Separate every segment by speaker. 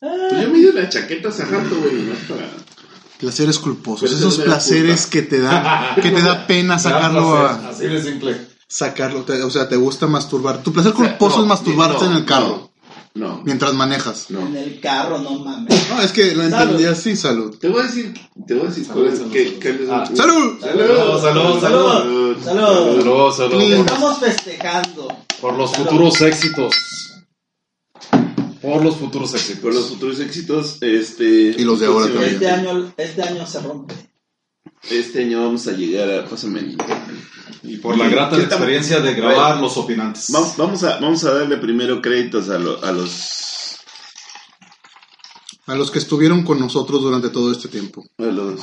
Speaker 1: Pues yo me hice la chaqueta hace rato, güey, nomás para.
Speaker 2: Placeres culposos,
Speaker 1: Placeres
Speaker 2: esos
Speaker 1: de la
Speaker 2: placeres
Speaker 1: culpa.
Speaker 2: que te da, que te da pena sacarlo
Speaker 3: Gracias, eh,
Speaker 2: a,
Speaker 3: Así de simple.
Speaker 2: sacarlo, te- o sea, te gusta masturbar. Tu placer culposo
Speaker 1: No,
Speaker 2: es masturbarte
Speaker 1: no,
Speaker 2: en el carro
Speaker 1: No,
Speaker 2: mientras manejas.
Speaker 1: no.
Speaker 4: En
Speaker 1: no.
Speaker 4: el carro, no mames.
Speaker 2: No, es que lo
Speaker 4: Salud.
Speaker 2: entendí así, salud.
Speaker 1: Te voy a decir, te voy a decir cuál es.
Speaker 3: Salud,
Speaker 1: qué-
Speaker 3: salud, Ah.
Speaker 1: qué es-
Speaker 3: salud.
Speaker 2: ¡Salud!
Speaker 3: Salud, salud,
Speaker 4: salud.
Speaker 1: Salud.
Speaker 4: Salud.
Speaker 3: Saludos,
Speaker 2: Clean.
Speaker 3: saludos.
Speaker 4: Estamos festejando.
Speaker 3: Por los futuros éxitos. Por los futuros éxitos.
Speaker 1: Por los futuros éxitos, este.
Speaker 2: Y los de ahora
Speaker 1: próximamente,
Speaker 4: Este año, este año se rompe.
Speaker 1: Este año vamos a llegar a. Pásame el-
Speaker 3: Y por la grata
Speaker 1: ¿Qué tal?
Speaker 3: experiencia de grabar los opinantes.
Speaker 1: Vamos, vamos, a, vamos a darle primero créditos a, lo- a los.
Speaker 2: A los que estuvieron con nosotros durante todo este tiempo.
Speaker 1: A los.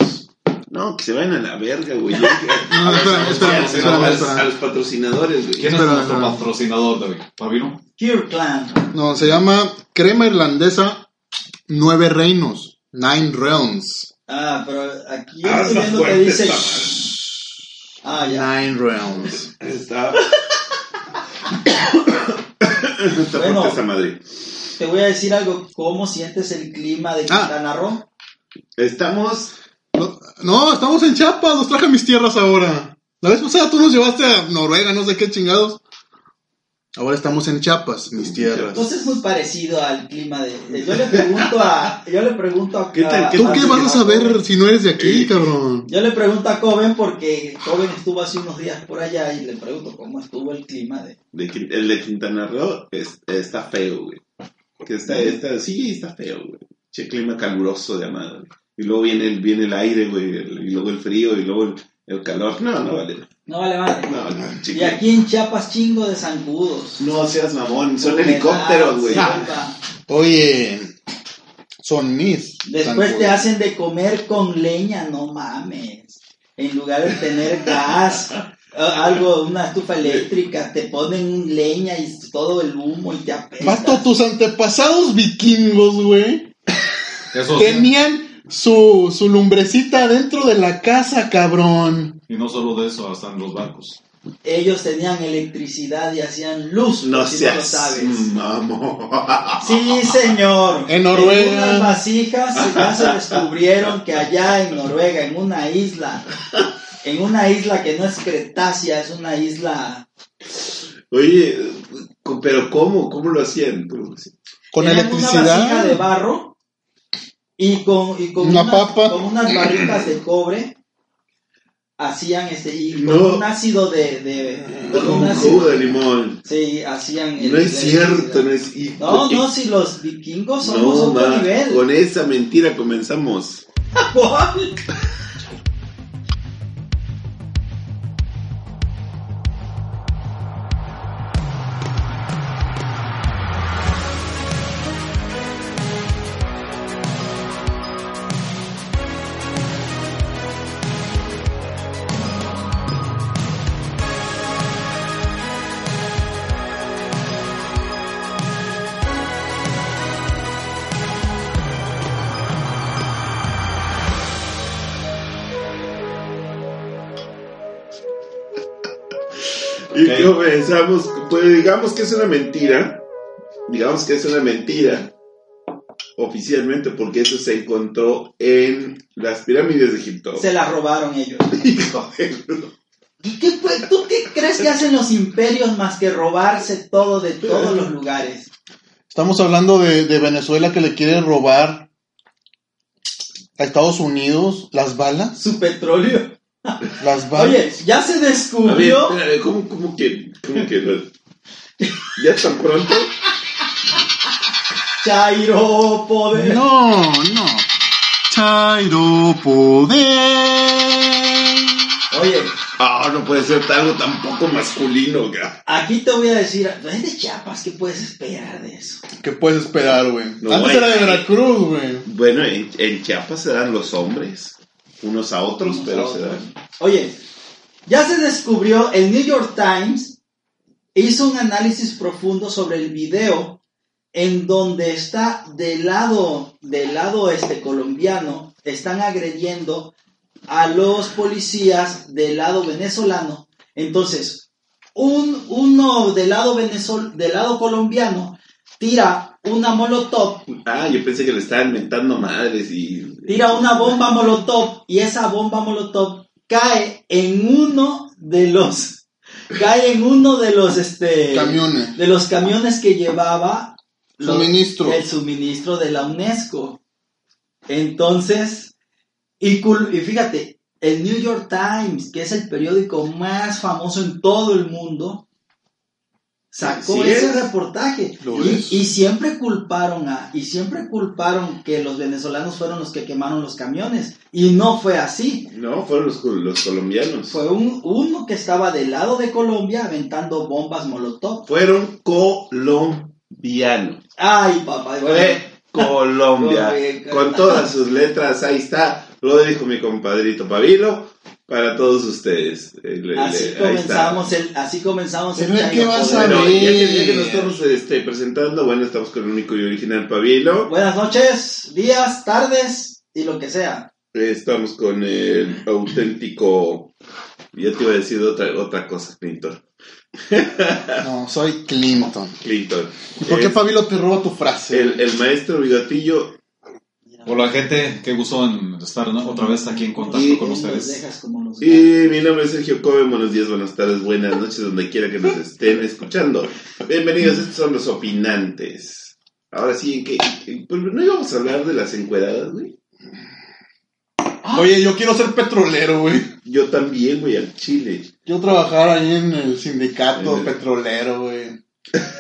Speaker 1: No, que se vayan a la verga, güey. Yo- a,
Speaker 2: Ah, No, espera, espera,
Speaker 1: los,
Speaker 2: espera,
Speaker 1: a
Speaker 2: espera.
Speaker 1: los patrocinadores, güey.
Speaker 3: ¿Quién es
Speaker 2: Espera,
Speaker 3: nuestro
Speaker 2: espera.
Speaker 3: patrocinador de hoy? ¿Pabino?
Speaker 4: Kirkland.
Speaker 2: No, se llama crema irlandesa Nueve Reinos, Nine Realms.
Speaker 4: Ah, pero aquí
Speaker 1: Ah,
Speaker 4: estoy
Speaker 1: está
Speaker 4: viendo que
Speaker 1: fuerte
Speaker 4: dice.
Speaker 1: esta
Speaker 4: "Shh". Ah, ya.
Speaker 2: Nine Realms.
Speaker 1: Está. Está
Speaker 4: Bueno.
Speaker 1: fuerte esa madre.
Speaker 4: Te voy a decir algo. ¿Cómo sientes el clima de
Speaker 2: Ah.
Speaker 4: Quintana Roo?
Speaker 1: Estamos.
Speaker 2: No, no, estamos en Chiapas, los traje a mis tierras ahora. La vez pasada tú nos llevaste a Noruega, no sé qué chingados. Ahora estamos en Chiapas, mis tierras.
Speaker 4: Entonces es muy parecido al clima de. de- Yo le pregunto a. Yo le pregunto a.
Speaker 1: ¿Qué tal?
Speaker 4: a-
Speaker 1: ¿Tú
Speaker 2: ¿Tú qué vas a saber si no eres de aquí, cabrón?
Speaker 4: Yo le pregunto a Coven porque Coven estuvo hace unos días por allá y le pregunto cómo estuvo el clima de.
Speaker 1: De, Quin- el de Quintana Roo es- está feo, güey. Que está, está, sí, está feo, güey. Che clima caluroso de amado. güey. Y luego viene el, viene el aire, güey. el- Y luego el frío, y luego el, el calor. No, no vale.
Speaker 4: No vale madre.
Speaker 1: No, no,
Speaker 4: y
Speaker 1: chico.
Speaker 4: aquí en Chiapas chingo de zancudos.
Speaker 1: No seas mamón, son
Speaker 4: Humedad,
Speaker 1: helicópteros, güey.
Speaker 4: selva.
Speaker 2: Oye, son mis.
Speaker 4: Después te hacen de comer con leña, no mames. En lugar de tener gas, a- algo, una estufa eléctrica, te ponen leña y todo el humo y te
Speaker 2: Pato,
Speaker 4: apesta.
Speaker 2: tus antepasados vikingos, güey,
Speaker 3: Eso sí.
Speaker 2: tenían su, su lumbrecita dentro de la casa, cabrón.
Speaker 3: Y no solo de eso, hasta en los barcos.
Speaker 4: Ellos tenían electricidad y hacían luz,
Speaker 1: No
Speaker 4: si no lo
Speaker 1: seas
Speaker 4: sabes.
Speaker 1: mamón.
Speaker 4: Sí, señor.
Speaker 2: En Noruega.
Speaker 4: En unas vasijas ya se descubrieron que allá en Noruega, en una isla, en una isla que no es Cretácea, es una isla
Speaker 1: Oye, co- pero ¿cómo? ¿Cómo lo hacían? ¿Cómo lo hacían?
Speaker 2: Con
Speaker 4: Tenían Una vasija de
Speaker 2: electricidad.
Speaker 4: barro y con, y con,
Speaker 2: Una
Speaker 4: unas,
Speaker 2: papa.
Speaker 4: con unas barritas de cobre hacían este y con
Speaker 1: No.
Speaker 4: un ácido de, de- con un
Speaker 1: Un
Speaker 4: ácido-
Speaker 1: jugo de limón.
Speaker 4: sí hacían el-
Speaker 1: No es
Speaker 4: la
Speaker 1: cierto, no
Speaker 4: electricidad.
Speaker 1: es. y-
Speaker 4: no no si los vikingos somos
Speaker 1: No,
Speaker 4: otro
Speaker 1: ma,
Speaker 4: nivel
Speaker 1: con esa mentira comenzamos.
Speaker 4: ¿Cuál?
Speaker 1: Y
Speaker 3: Ok.
Speaker 1: comenzamos, pues digamos que es una mentira, digamos que es una mentira oficialmente porque eso se encontró en las pirámides de Egipto.
Speaker 4: se la robaron ellos
Speaker 1: Hijo de-
Speaker 4: ¿Y qué fue- tú qué crees que hacen los imperios más que robarse todo de todos los lugares
Speaker 2: Estamos hablando de, de Venezuela que le quiere robar a Estados Unidos las balas.
Speaker 4: su petróleo
Speaker 2: Las balas.
Speaker 4: oye ya se
Speaker 1: A ver,
Speaker 4: descubrió
Speaker 1: espera, a ver, ¿cómo, cómo que, cómo que no? ya tan pronto?
Speaker 4: Chairo poder
Speaker 2: No, no. Chairo poder.
Speaker 4: Oye,
Speaker 1: Ah, no puede ser algo tan poco masculino, ga.
Speaker 4: aquí te voy a decir, es de Chiapas, ¿qué puedes esperar de eso?
Speaker 2: ¿Qué puedes esperar, güey?
Speaker 1: No,
Speaker 2: Antes
Speaker 1: güey.
Speaker 2: era de Veracruz, güey.
Speaker 1: Bueno, en, en Chiapas se dan los hombres, unos a otros,
Speaker 4: Unos a
Speaker 1: pero se
Speaker 4: otros.
Speaker 1: dan.
Speaker 4: Oye, ya se descubrió, el New York Times hizo un análisis profundo sobre el video en donde está del lado, del lado este colombiano, están agrediendo a los policías del lado venezolano. Entonces, un, uno del lado, venezol- del lado colombiano tira una molotov,
Speaker 1: Ah, yo pensé que le estaban inventando madres y.
Speaker 4: tira una bomba molotov y esa bomba molotov cae en uno de los cae en uno de los
Speaker 1: Eh,
Speaker 4: este
Speaker 2: Camiones.
Speaker 4: de los camiones que llevaba lo-
Speaker 2: Suministro.
Speaker 4: el suministro de la UNESCO. Entonces, y, cul- y fíjate, el New York Times, que es el periódico más famoso en todo el mundo,
Speaker 1: Sí
Speaker 4: sacó ese
Speaker 1: es.
Speaker 4: reportaje.
Speaker 2: Lo
Speaker 4: Y,
Speaker 2: es.
Speaker 4: y siempre culparon a, y siempre culparon que los venezolanos fueron los que quemaron los camiones. Y no fue así.
Speaker 1: No, fueron los, col- los colombianos.
Speaker 4: Fue un, uno que estaba del lado de Colombia aventando bombas molotov.
Speaker 1: Fueron colombianos.
Speaker 4: Ay, papá.
Speaker 1: Fue Colombia.
Speaker 4: Correcto.
Speaker 1: Con todas sus letras, ahí está. Lo dijo mi compadrito Pabilo. Para todos ustedes. Eh, le-
Speaker 4: Así
Speaker 1: le- ahí está.
Speaker 4: comenzamos el, así comenzamos el
Speaker 2: Pero es que
Speaker 4: Chairo
Speaker 2: vas a
Speaker 4: Poder.
Speaker 1: Bueno, ya que, ya que
Speaker 2: ver.
Speaker 1: nos estamos este, presentando, bueno, estamos con el único y original Pabilo.
Speaker 4: Buenas noches, días, tardes y lo que sea.
Speaker 1: Eh, Estamos con el auténtico. Ya te iba a decir otra, otra cosa, Clinton.
Speaker 2: No, soy Clinton.
Speaker 1: Clinton.
Speaker 2: ¿Y por qué
Speaker 1: Es
Speaker 2: Pablo te roba tu frase?
Speaker 1: Eh, el, el maestro Bigotillo
Speaker 3: Hola gente, qué gusto en estar ¿no? otra vez aquí en contacto
Speaker 1: Y-
Speaker 3: con
Speaker 4: Nos
Speaker 3: ustedes.
Speaker 4: dejas como nos
Speaker 1: Y mi nombre es Sergio Cobe, buenos días, buenas tardes, buenas noches, donde quiera que nos estén escuchando. Bienvenidos, estos son los opinantes. Ahora sí, ¿en qué? en- pues, ¿No íbamos a hablar de las encueradas, güey?
Speaker 2: Oye, yo quiero ser petrolero, güey.
Speaker 1: Yo también, güey, al chile.
Speaker 2: Quiero trabajar ahí en el sindicato
Speaker 1: En el-
Speaker 2: petrolero, güey.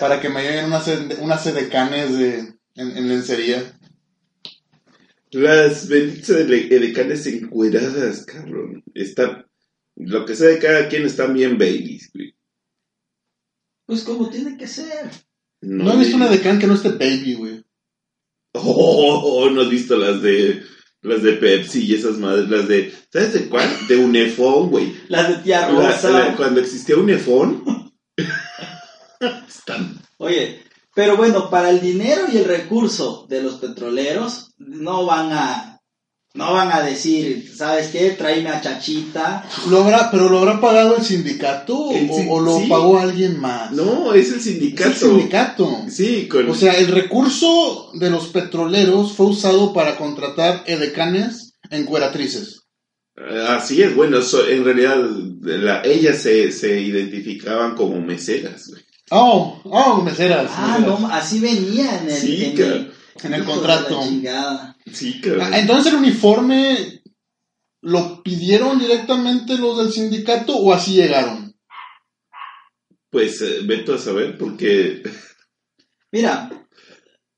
Speaker 2: Para que me lleguen unas, sed- unas sedecanes de, en, en lencería.
Speaker 1: Las benditas ele- edecanes encueradas, cabrón. Está, lo que sea de cada quien están bien babies, güey.
Speaker 4: Pues como tiene que ser.
Speaker 2: No he visto
Speaker 1: le-
Speaker 2: una decán que no esté baby, güey.
Speaker 1: Oh, no has visto las de las de Pepsi y esas madres, las de ¿sabes de cuál? De Unefón, güey.
Speaker 4: Las de tía
Speaker 1: La-
Speaker 4: Rosa.
Speaker 1: la- cuando existía Unefón. Están-
Speaker 4: Oye, pero bueno, para el dinero y el recurso de los petroleros no van a no van a decir, ¿sabes qué? Tráeme a Chachita.
Speaker 2: ¿Lo habrá, ¿Pero lo habrá pagado el sindicato o,
Speaker 1: El sin-
Speaker 2: o lo
Speaker 1: sí.
Speaker 2: pagó alguien más?
Speaker 1: No, es el
Speaker 2: Es el
Speaker 1: sindicato.
Speaker 2: sindicato.
Speaker 1: Sí, con
Speaker 2: O sea, el recurso de los petroleros fue usado para contratar edecanes encueratrices.
Speaker 1: eh, así es, bueno, so- en realidad la- ellas se, se identificaban como meseras, güey.
Speaker 2: Oh, oh, meseras.
Speaker 4: Ah,
Speaker 2: meseras.
Speaker 4: no, así venía en el,
Speaker 1: Sí,
Speaker 4: en
Speaker 1: claro.
Speaker 4: el-
Speaker 2: En el
Speaker 4: hijo de la
Speaker 2: contrato.
Speaker 4: chingada.
Speaker 1: Sí, cabrón.
Speaker 2: Ah, Entonces el uniforme lo pidieron directamente los del sindicato o así llegaron.
Speaker 1: Pues eh, vete a saber porque
Speaker 4: Mira,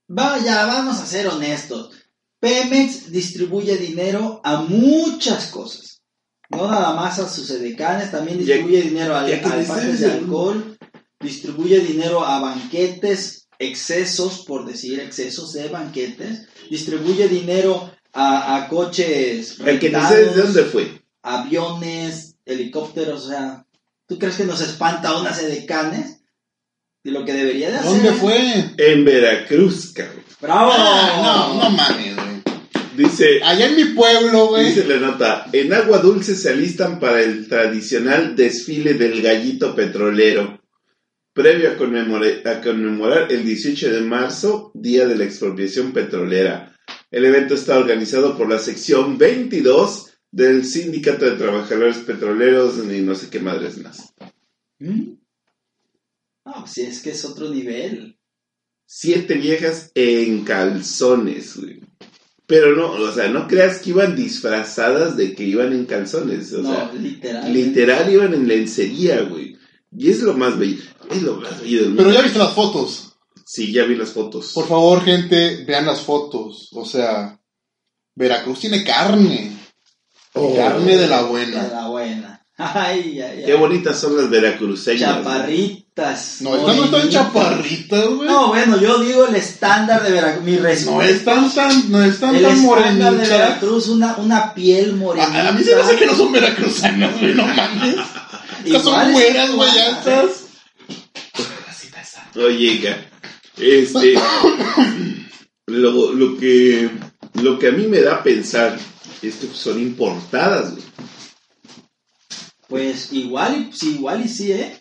Speaker 4: vaya, vamos a ser honestos. Pemex distribuye dinero a muchas cosas. No nada más a sus edecanes, también
Speaker 1: Ya-
Speaker 4: distribuye dinero al,
Speaker 1: ya que
Speaker 4: al
Speaker 1: dices
Speaker 4: partes
Speaker 1: eso.
Speaker 4: de alcohol, distribuye dinero a banquetes, excesos, por decir excesos de banquetes, distribuye dinero a, a coches
Speaker 1: el que no sé
Speaker 4: rentados,
Speaker 1: de dónde fue.
Speaker 4: aviones, helicópteros, o sea, ¿tú crees que nos espanta unas edecanes? Y lo que debería de hacer...
Speaker 2: ¿Dónde fue?
Speaker 1: En Veracruz, cabrón.
Speaker 4: ¡Bravo!
Speaker 2: Ah, no, no mames, güey.
Speaker 1: Dice,
Speaker 2: Allá en mi pueblo,
Speaker 1: Dice
Speaker 2: güey.
Speaker 1: la nota, en Agua Dulce se alistan para el tradicional desfile del gallito petrolero, previo a, conmemore- a conmemorar el 18 de marzo, Día de la Expropiación Petrolera. El evento está organizado por la sección 22 del Sindicato de Trabajadores Petroleros y no sé qué madres más.
Speaker 4: ¿Mm? Ah, pues es que es otro nivel.
Speaker 1: Siete viejas en calzones, güey. Pero no, o sea, no creas que iban disfrazadas de que iban en calzones, o
Speaker 4: no,
Speaker 1: sea...
Speaker 4: literal.
Speaker 1: Literal iban en lencería, güey. Y es lo más bello. Es lo más bello del mundo.
Speaker 2: Pero ya viste las fotos.
Speaker 1: Sí, ya vi las fotos.
Speaker 2: Por favor, gente, vean las fotos. O sea, Veracruz tiene carne.
Speaker 1: Oh,
Speaker 2: Carne de la
Speaker 4: La,
Speaker 2: buena.
Speaker 4: la buena. Ay, ay, ay.
Speaker 1: Qué bonitas son las veracruceñas.
Speaker 4: Chaparritas.
Speaker 2: No, esta no es tan
Speaker 4: morenitas.
Speaker 2: chaparrita, güey.
Speaker 4: No, bueno, yo digo el estándar de Veracruz. Mi respeto.
Speaker 2: No es tan, tan, no es tan,
Speaker 4: el
Speaker 2: tan
Speaker 4: estándar de
Speaker 2: morenita.
Speaker 4: Veracruz, una, una piel morenita.
Speaker 2: A, a mí se me hace que no son veracruzanas, güey, no mames. Estas son
Speaker 4: Igual,
Speaker 2: güeras, güey,
Speaker 4: igual.
Speaker 2: ya estas.
Speaker 1: Oye, ga- este. lo, lo que. Lo que a mí me da a pensar es que son importadas, güey.
Speaker 4: Pues igual, y- sí, igual y sí, ¿eh?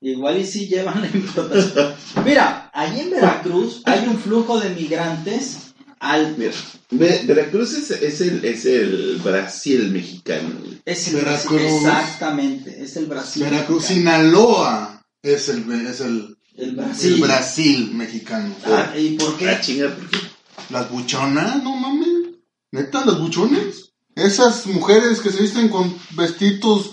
Speaker 4: Igual y sí llevan la importación. Mira, allí en Veracruz hay un flujo de migrantes al...
Speaker 1: Mira, Ve- Veracruz es, es el, es el Brasil mexicano. güey.
Speaker 4: Es el
Speaker 2: Veracruz.
Speaker 4: Brasil, exactamente, es el Brasil.
Speaker 2: Veracruz,
Speaker 4: mexicano.
Speaker 2: Sinaloa es el, es el,
Speaker 4: El Brasil.
Speaker 2: el Brasil mexicano.
Speaker 4: Ah, ¿Y por qué?
Speaker 1: Ah, chinga, ¿por qué?
Speaker 2: Las buchonas, no mames. Neta, las buchonas. Esas mujeres que se visten con vestidos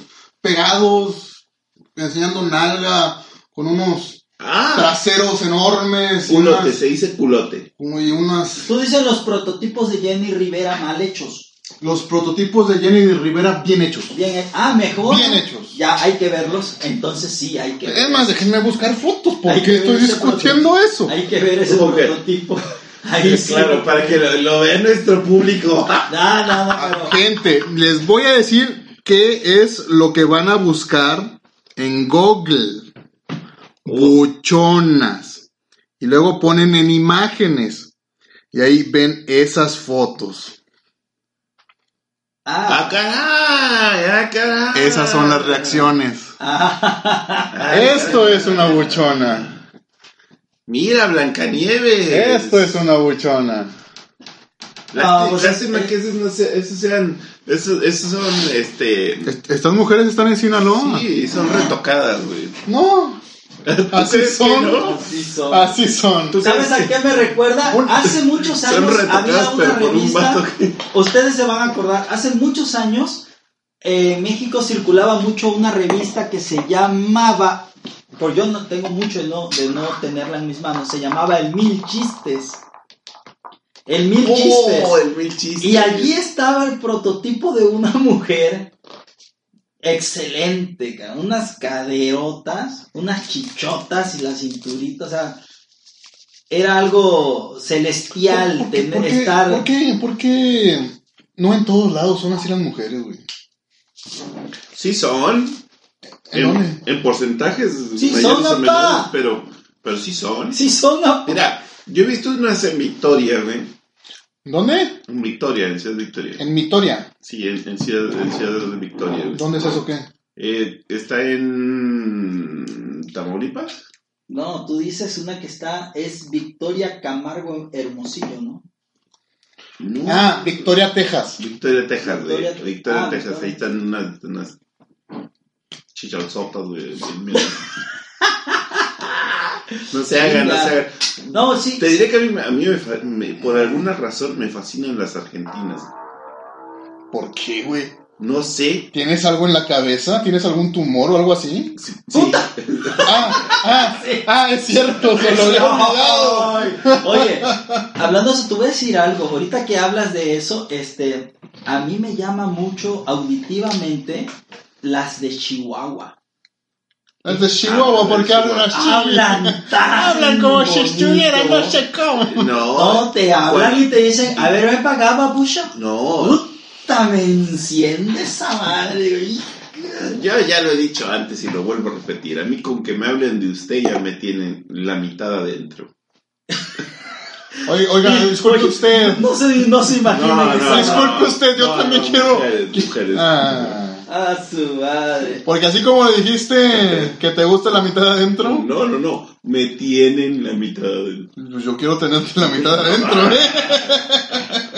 Speaker 2: pegados, enseñando nalga, con unos
Speaker 1: Ah,
Speaker 2: traseros enormes. y
Speaker 1: uno que
Speaker 2: unas-
Speaker 1: se dice culote.
Speaker 2: y unas.
Speaker 4: Tú dices los prototipos de Jenny Rivera mal hechos.
Speaker 2: Los prototipos de Jenny Rivera bien hechos.
Speaker 4: Bien, he- ah, mejor.
Speaker 2: Bien hechos.
Speaker 4: Ya hay que verlos, entonces sí, hay que
Speaker 2: Es más, déjenme buscar fotos
Speaker 4: Hay que
Speaker 2: porque estoy
Speaker 4: ver ese
Speaker 2: discutiendo eso.
Speaker 4: Hay que ver ese
Speaker 1: ¿Cómo qué?
Speaker 4: prototipo. Ahí sí.
Speaker 1: Claro, para que lo, lo vea nuestro público.
Speaker 4: No, no, no,
Speaker 2: Ah,
Speaker 4: pero-
Speaker 2: Gente, les voy a decir qué es lo que van a buscar en Google. Buchonas. Y luego ponen en imágenes. Y ahí ven esas fotos.
Speaker 1: ¡Ah,
Speaker 4: Ah,
Speaker 1: caray! ¡Ah, caray!
Speaker 2: Esas son las reacciones.
Speaker 4: ah,
Speaker 1: Ah,
Speaker 2: Esto
Speaker 1: caray.
Speaker 2: es una buchona.
Speaker 1: Mira, Blancanieves.
Speaker 2: Esto es Ah, una buchona.
Speaker 4: Ah,
Speaker 1: Lástima,
Speaker 4: o sea,
Speaker 1: lástima
Speaker 4: eh.
Speaker 2: pues,
Speaker 1: que
Speaker 2: este-
Speaker 1: esos no se- esos sean. Esos, esos son, este.
Speaker 2: Est- Estas mujeres están en Sinaloa.
Speaker 1: Sí, son retocadas, güey.
Speaker 2: No,
Speaker 1: ¿Tú
Speaker 2: Así
Speaker 1: crees que
Speaker 2: son.
Speaker 1: no?
Speaker 4: sí son.
Speaker 2: así son.
Speaker 1: ¿Tú
Speaker 4: ¿Sabes a
Speaker 1: que
Speaker 4: qué me recuerda?
Speaker 1: Un-
Speaker 4: Hace muchos
Speaker 1: Son
Speaker 4: años había
Speaker 1: retocadas,
Speaker 4: una
Speaker 1: pero por un
Speaker 4: revista.
Speaker 1: vato que.
Speaker 4: Ustedes se van a acordar. Hace muchos años eh, en México circulaba mucho una revista que se llamaba. Por yo no tengo mucho de no, de no tenerla en mis manos. Se llamaba El Mil Chistes. El Mil Chistes.
Speaker 1: Oh, el mil chistes.
Speaker 4: Y allí estaba el prototipo de una mujer excelente, ca- unas caderotas, unas chichotas y la cinturita, o sea, era algo celestial
Speaker 2: ¿Por qué-
Speaker 4: tener-
Speaker 2: por qué-
Speaker 4: estar.
Speaker 2: ¿Por qué? ¿Por qué? No en todos lados son así las mujeres, güey.
Speaker 1: Sí, son.
Speaker 2: ¿En
Speaker 1: En,
Speaker 2: dónde?
Speaker 1: en porcentajes.
Speaker 4: Sí
Speaker 1: mayores
Speaker 4: son,
Speaker 1: o
Speaker 4: papá.
Speaker 1: menores, pero, pero sí son.
Speaker 4: Sí, son a-
Speaker 1: Mira, yo he visto unas en Victoria, güey.
Speaker 2: ¿Dónde?
Speaker 1: En Victoria, en Ciudad Victoria.
Speaker 2: En Vitoria.
Speaker 1: Sí, en, en Ciudad, en Ciudad de Victoria, güey.
Speaker 2: ¿Dónde es eso qué?
Speaker 1: Eh, está en Tamaulipas.
Speaker 4: No, tú dices una que está, es Victoria Camargo Hermosillo, ¿no?
Speaker 1: No.
Speaker 2: Ah, Victoria, Texas.
Speaker 1: Victoria, Texas, güey.
Speaker 4: Victoria-
Speaker 1: Victoria,
Speaker 4: ah,
Speaker 1: Texas.
Speaker 4: Victoria.
Speaker 1: Ahí están unas, unas chicharzotas, güey. bien, bien. no se hagan, no se hagan.
Speaker 4: No, sí,
Speaker 1: Te diré que a mí, me- a mí me fa- me- por alguna razón me fascinan las argentinas.
Speaker 2: ¿Por qué, güey?
Speaker 1: No sé.
Speaker 2: ¿Tienes algo en la cabeza? ¿Tienes algún tumor o algo así?
Speaker 1: si- si-
Speaker 4: ¡Puta!
Speaker 2: Ah, ah, ah, es cierto, se lo había olvidado.
Speaker 4: Ay, Oye, hablando de eso, te voy a decir algo. Ahorita que hablas de eso, este, a mí me llama mucho auditivamente las de Chihuahua.
Speaker 2: Es de Chihuahua, ¿por qué hablan así?
Speaker 4: Hablan tan
Speaker 2: Hablan como si
Speaker 4: bonito.
Speaker 2: estuvieran, no sé cómo.
Speaker 1: No.
Speaker 4: No, te hablan y te dicen, a ver, ven para acá, papucha.
Speaker 1: No.
Speaker 4: Puta, me enciende esa madre, güey.
Speaker 1: Yo ya lo he dicho antes y lo vuelvo a repetir. A mí con que me hablen de usted ya me tienen la mitad adentro.
Speaker 2: Oiga, oiga, disculpe usted.
Speaker 4: No se, no se imagina
Speaker 1: No,
Speaker 4: que
Speaker 1: no,
Speaker 4: esa-
Speaker 2: Ah, Disculpe usted, yo también quiero-
Speaker 1: Mujeres, mujeres.
Speaker 2: Ah.
Speaker 4: A su madre.
Speaker 2: Porque así como le dijiste que te gusta la mitad de adentro,
Speaker 1: No, no, no. Me tienen la mitad adentro.
Speaker 2: pues yo quiero tenerte la mitad de adentro, ¿eh?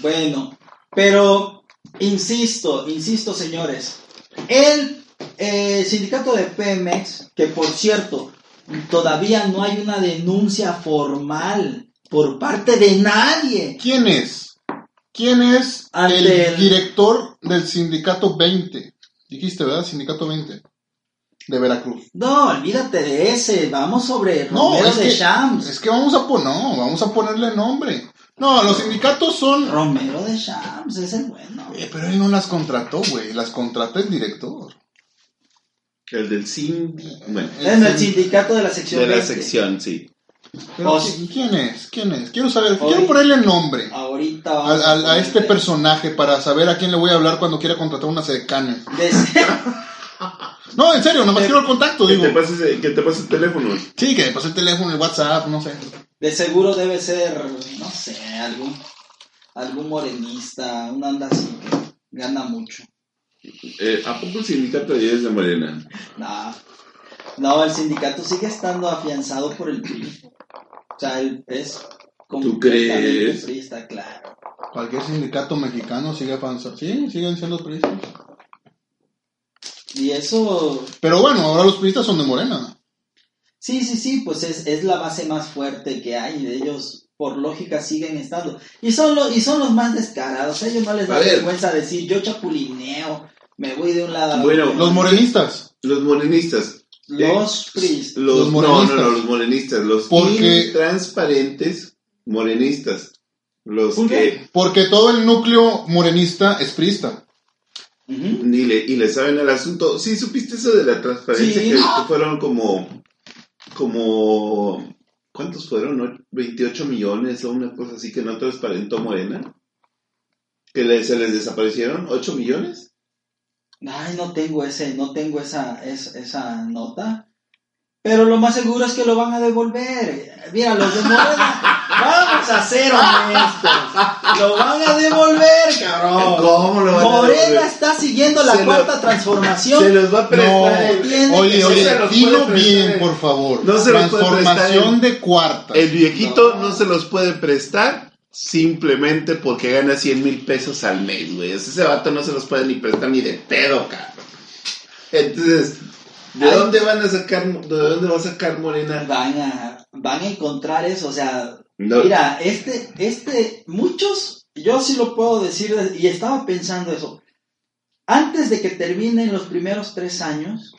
Speaker 4: Bueno, pero insisto, insisto, señores. El eh, sindicato de Pemex, que por cierto, todavía no hay una denuncia formal por parte de nadie.
Speaker 2: ¿Quién es? ¿Quién es
Speaker 4: Ante
Speaker 2: el
Speaker 4: el-
Speaker 2: director del sindicato 20? Dijiste, ¿verdad? Sindicato 20. De Veracruz.
Speaker 4: No, olvídate de ese. Vamos sobre
Speaker 2: No,
Speaker 4: Romero
Speaker 2: es
Speaker 4: de
Speaker 2: que,
Speaker 4: Shams.
Speaker 2: es que vamos a poner, no, vamos a ponerle nombre. No, los sindicatos son...
Speaker 4: Romero de Shams es el bueno.
Speaker 2: Eh, pero él no las contrató, güey, las contrata el director.
Speaker 1: El del Cindy. Bueno,
Speaker 2: Este,
Speaker 4: En el sindicato de la sección. este.
Speaker 1: de la
Speaker 4: 20.
Speaker 1: sección, sí.
Speaker 2: Pero
Speaker 4: Os-
Speaker 2: ¿qui- ¿Quién es? ¿Quién es? Quiero saber,
Speaker 4: Oye. Ah,
Speaker 2: quiero ponerle nombre.
Speaker 4: Ahorita
Speaker 2: a,
Speaker 4: vamos
Speaker 2: a- a este
Speaker 4: ponerle-
Speaker 2: personaje para saber a quién le voy a hablar cuando quiera contratar una cercana.
Speaker 4: de-
Speaker 2: No, en serio, nomás quiero el contacto,
Speaker 1: Eh, Que
Speaker 2: digo.
Speaker 1: te pases, eh, que te pase el teléfono.
Speaker 2: Sí, que me pase el teléfono, el WhatsApp, no sé.
Speaker 4: De seguro debe ser, no sé, algún, algún morenista, un anda así que gana mucho.
Speaker 1: Eh, ¿A poco el sindicato ya es de Morena?
Speaker 4: Nah. No, el sindicato sigue estando afianzado por el PRI. O sea, el- es completamente
Speaker 1: crees?
Speaker 4: PRI, está claro.
Speaker 2: Cualquier sindicato mexicano sigue avanzando. Sí, siguen siendo priistas.
Speaker 4: Y eso,
Speaker 2: Pero bueno, ahora los priistas son de Morena.
Speaker 4: sí, sí, sí, pues es, es la base más fuerte que hay. y Ellos, por lógica, siguen estando. Y son, lo- y son los más descarados. A ellos no les da
Speaker 1: A ver.
Speaker 4: vergüenza decir, yo chapulineo, me voy de un lado a
Speaker 1: Bueno,
Speaker 4: otro.
Speaker 2: Los morenistas. ¿eh?
Speaker 1: Los morenistas.
Speaker 4: Los PRI.
Speaker 1: Los, morenistas.
Speaker 2: Los morenistas.
Speaker 1: No, no, los morenistas. Los
Speaker 2: Porque-
Speaker 1: transparentes morenistas. Los
Speaker 4: Muy
Speaker 1: que
Speaker 2: Porque todo el núcleo morenista es priista.
Speaker 4: Ujú.
Speaker 1: ni le, y le saben al asunto. Sí, supiste eso de la transparencia
Speaker 4: Sí.
Speaker 1: que fueron como, como, ¿cuántos fueron? no? 28 millones o una cosa así que no transparentó Morena. Que le- se les desaparecieron 8 millones.
Speaker 4: Ay, no tengo ese, no tengo esa, es- esa nota. Pero lo más seguro es que lo van a devolver. Mira, los de Morena, vamos a ser honestos. Lo van a devolver, cabrón.
Speaker 1: ¿Cómo lo van a
Speaker 4: Morena
Speaker 1: devolver?
Speaker 4: está siguiendo la
Speaker 1: Se lo-
Speaker 4: cuarta
Speaker 1: Se
Speaker 4: transformación.
Speaker 1: los va a prestar.
Speaker 2: No,
Speaker 1: el-
Speaker 4: tiene que
Speaker 2: Oye,
Speaker 4: ser-
Speaker 1: se
Speaker 2: oye,
Speaker 1: los
Speaker 2: dilo
Speaker 1: puede prestar
Speaker 2: bien,
Speaker 1: el-
Speaker 2: por favor.
Speaker 1: no se los puede prestar
Speaker 2: Transformación de cuarta.
Speaker 1: El viejito
Speaker 4: No.
Speaker 1: no. se los puede prestar simplemente porque gana 100 mil pesos al mes, güey. O sea, ese vato no se los puede ni prestar ni de pedo, cabrón. Entonces, ¿de
Speaker 4: Ay.
Speaker 1: dónde van a sacar, de dónde va a sacar Morena?
Speaker 4: Van a, van a encontrar eso, o sea,
Speaker 1: No,
Speaker 4: Mira, este, este, muchos, yo sí lo puedo decir, y estaba pensando eso. Antes de que terminen los primeros tres años,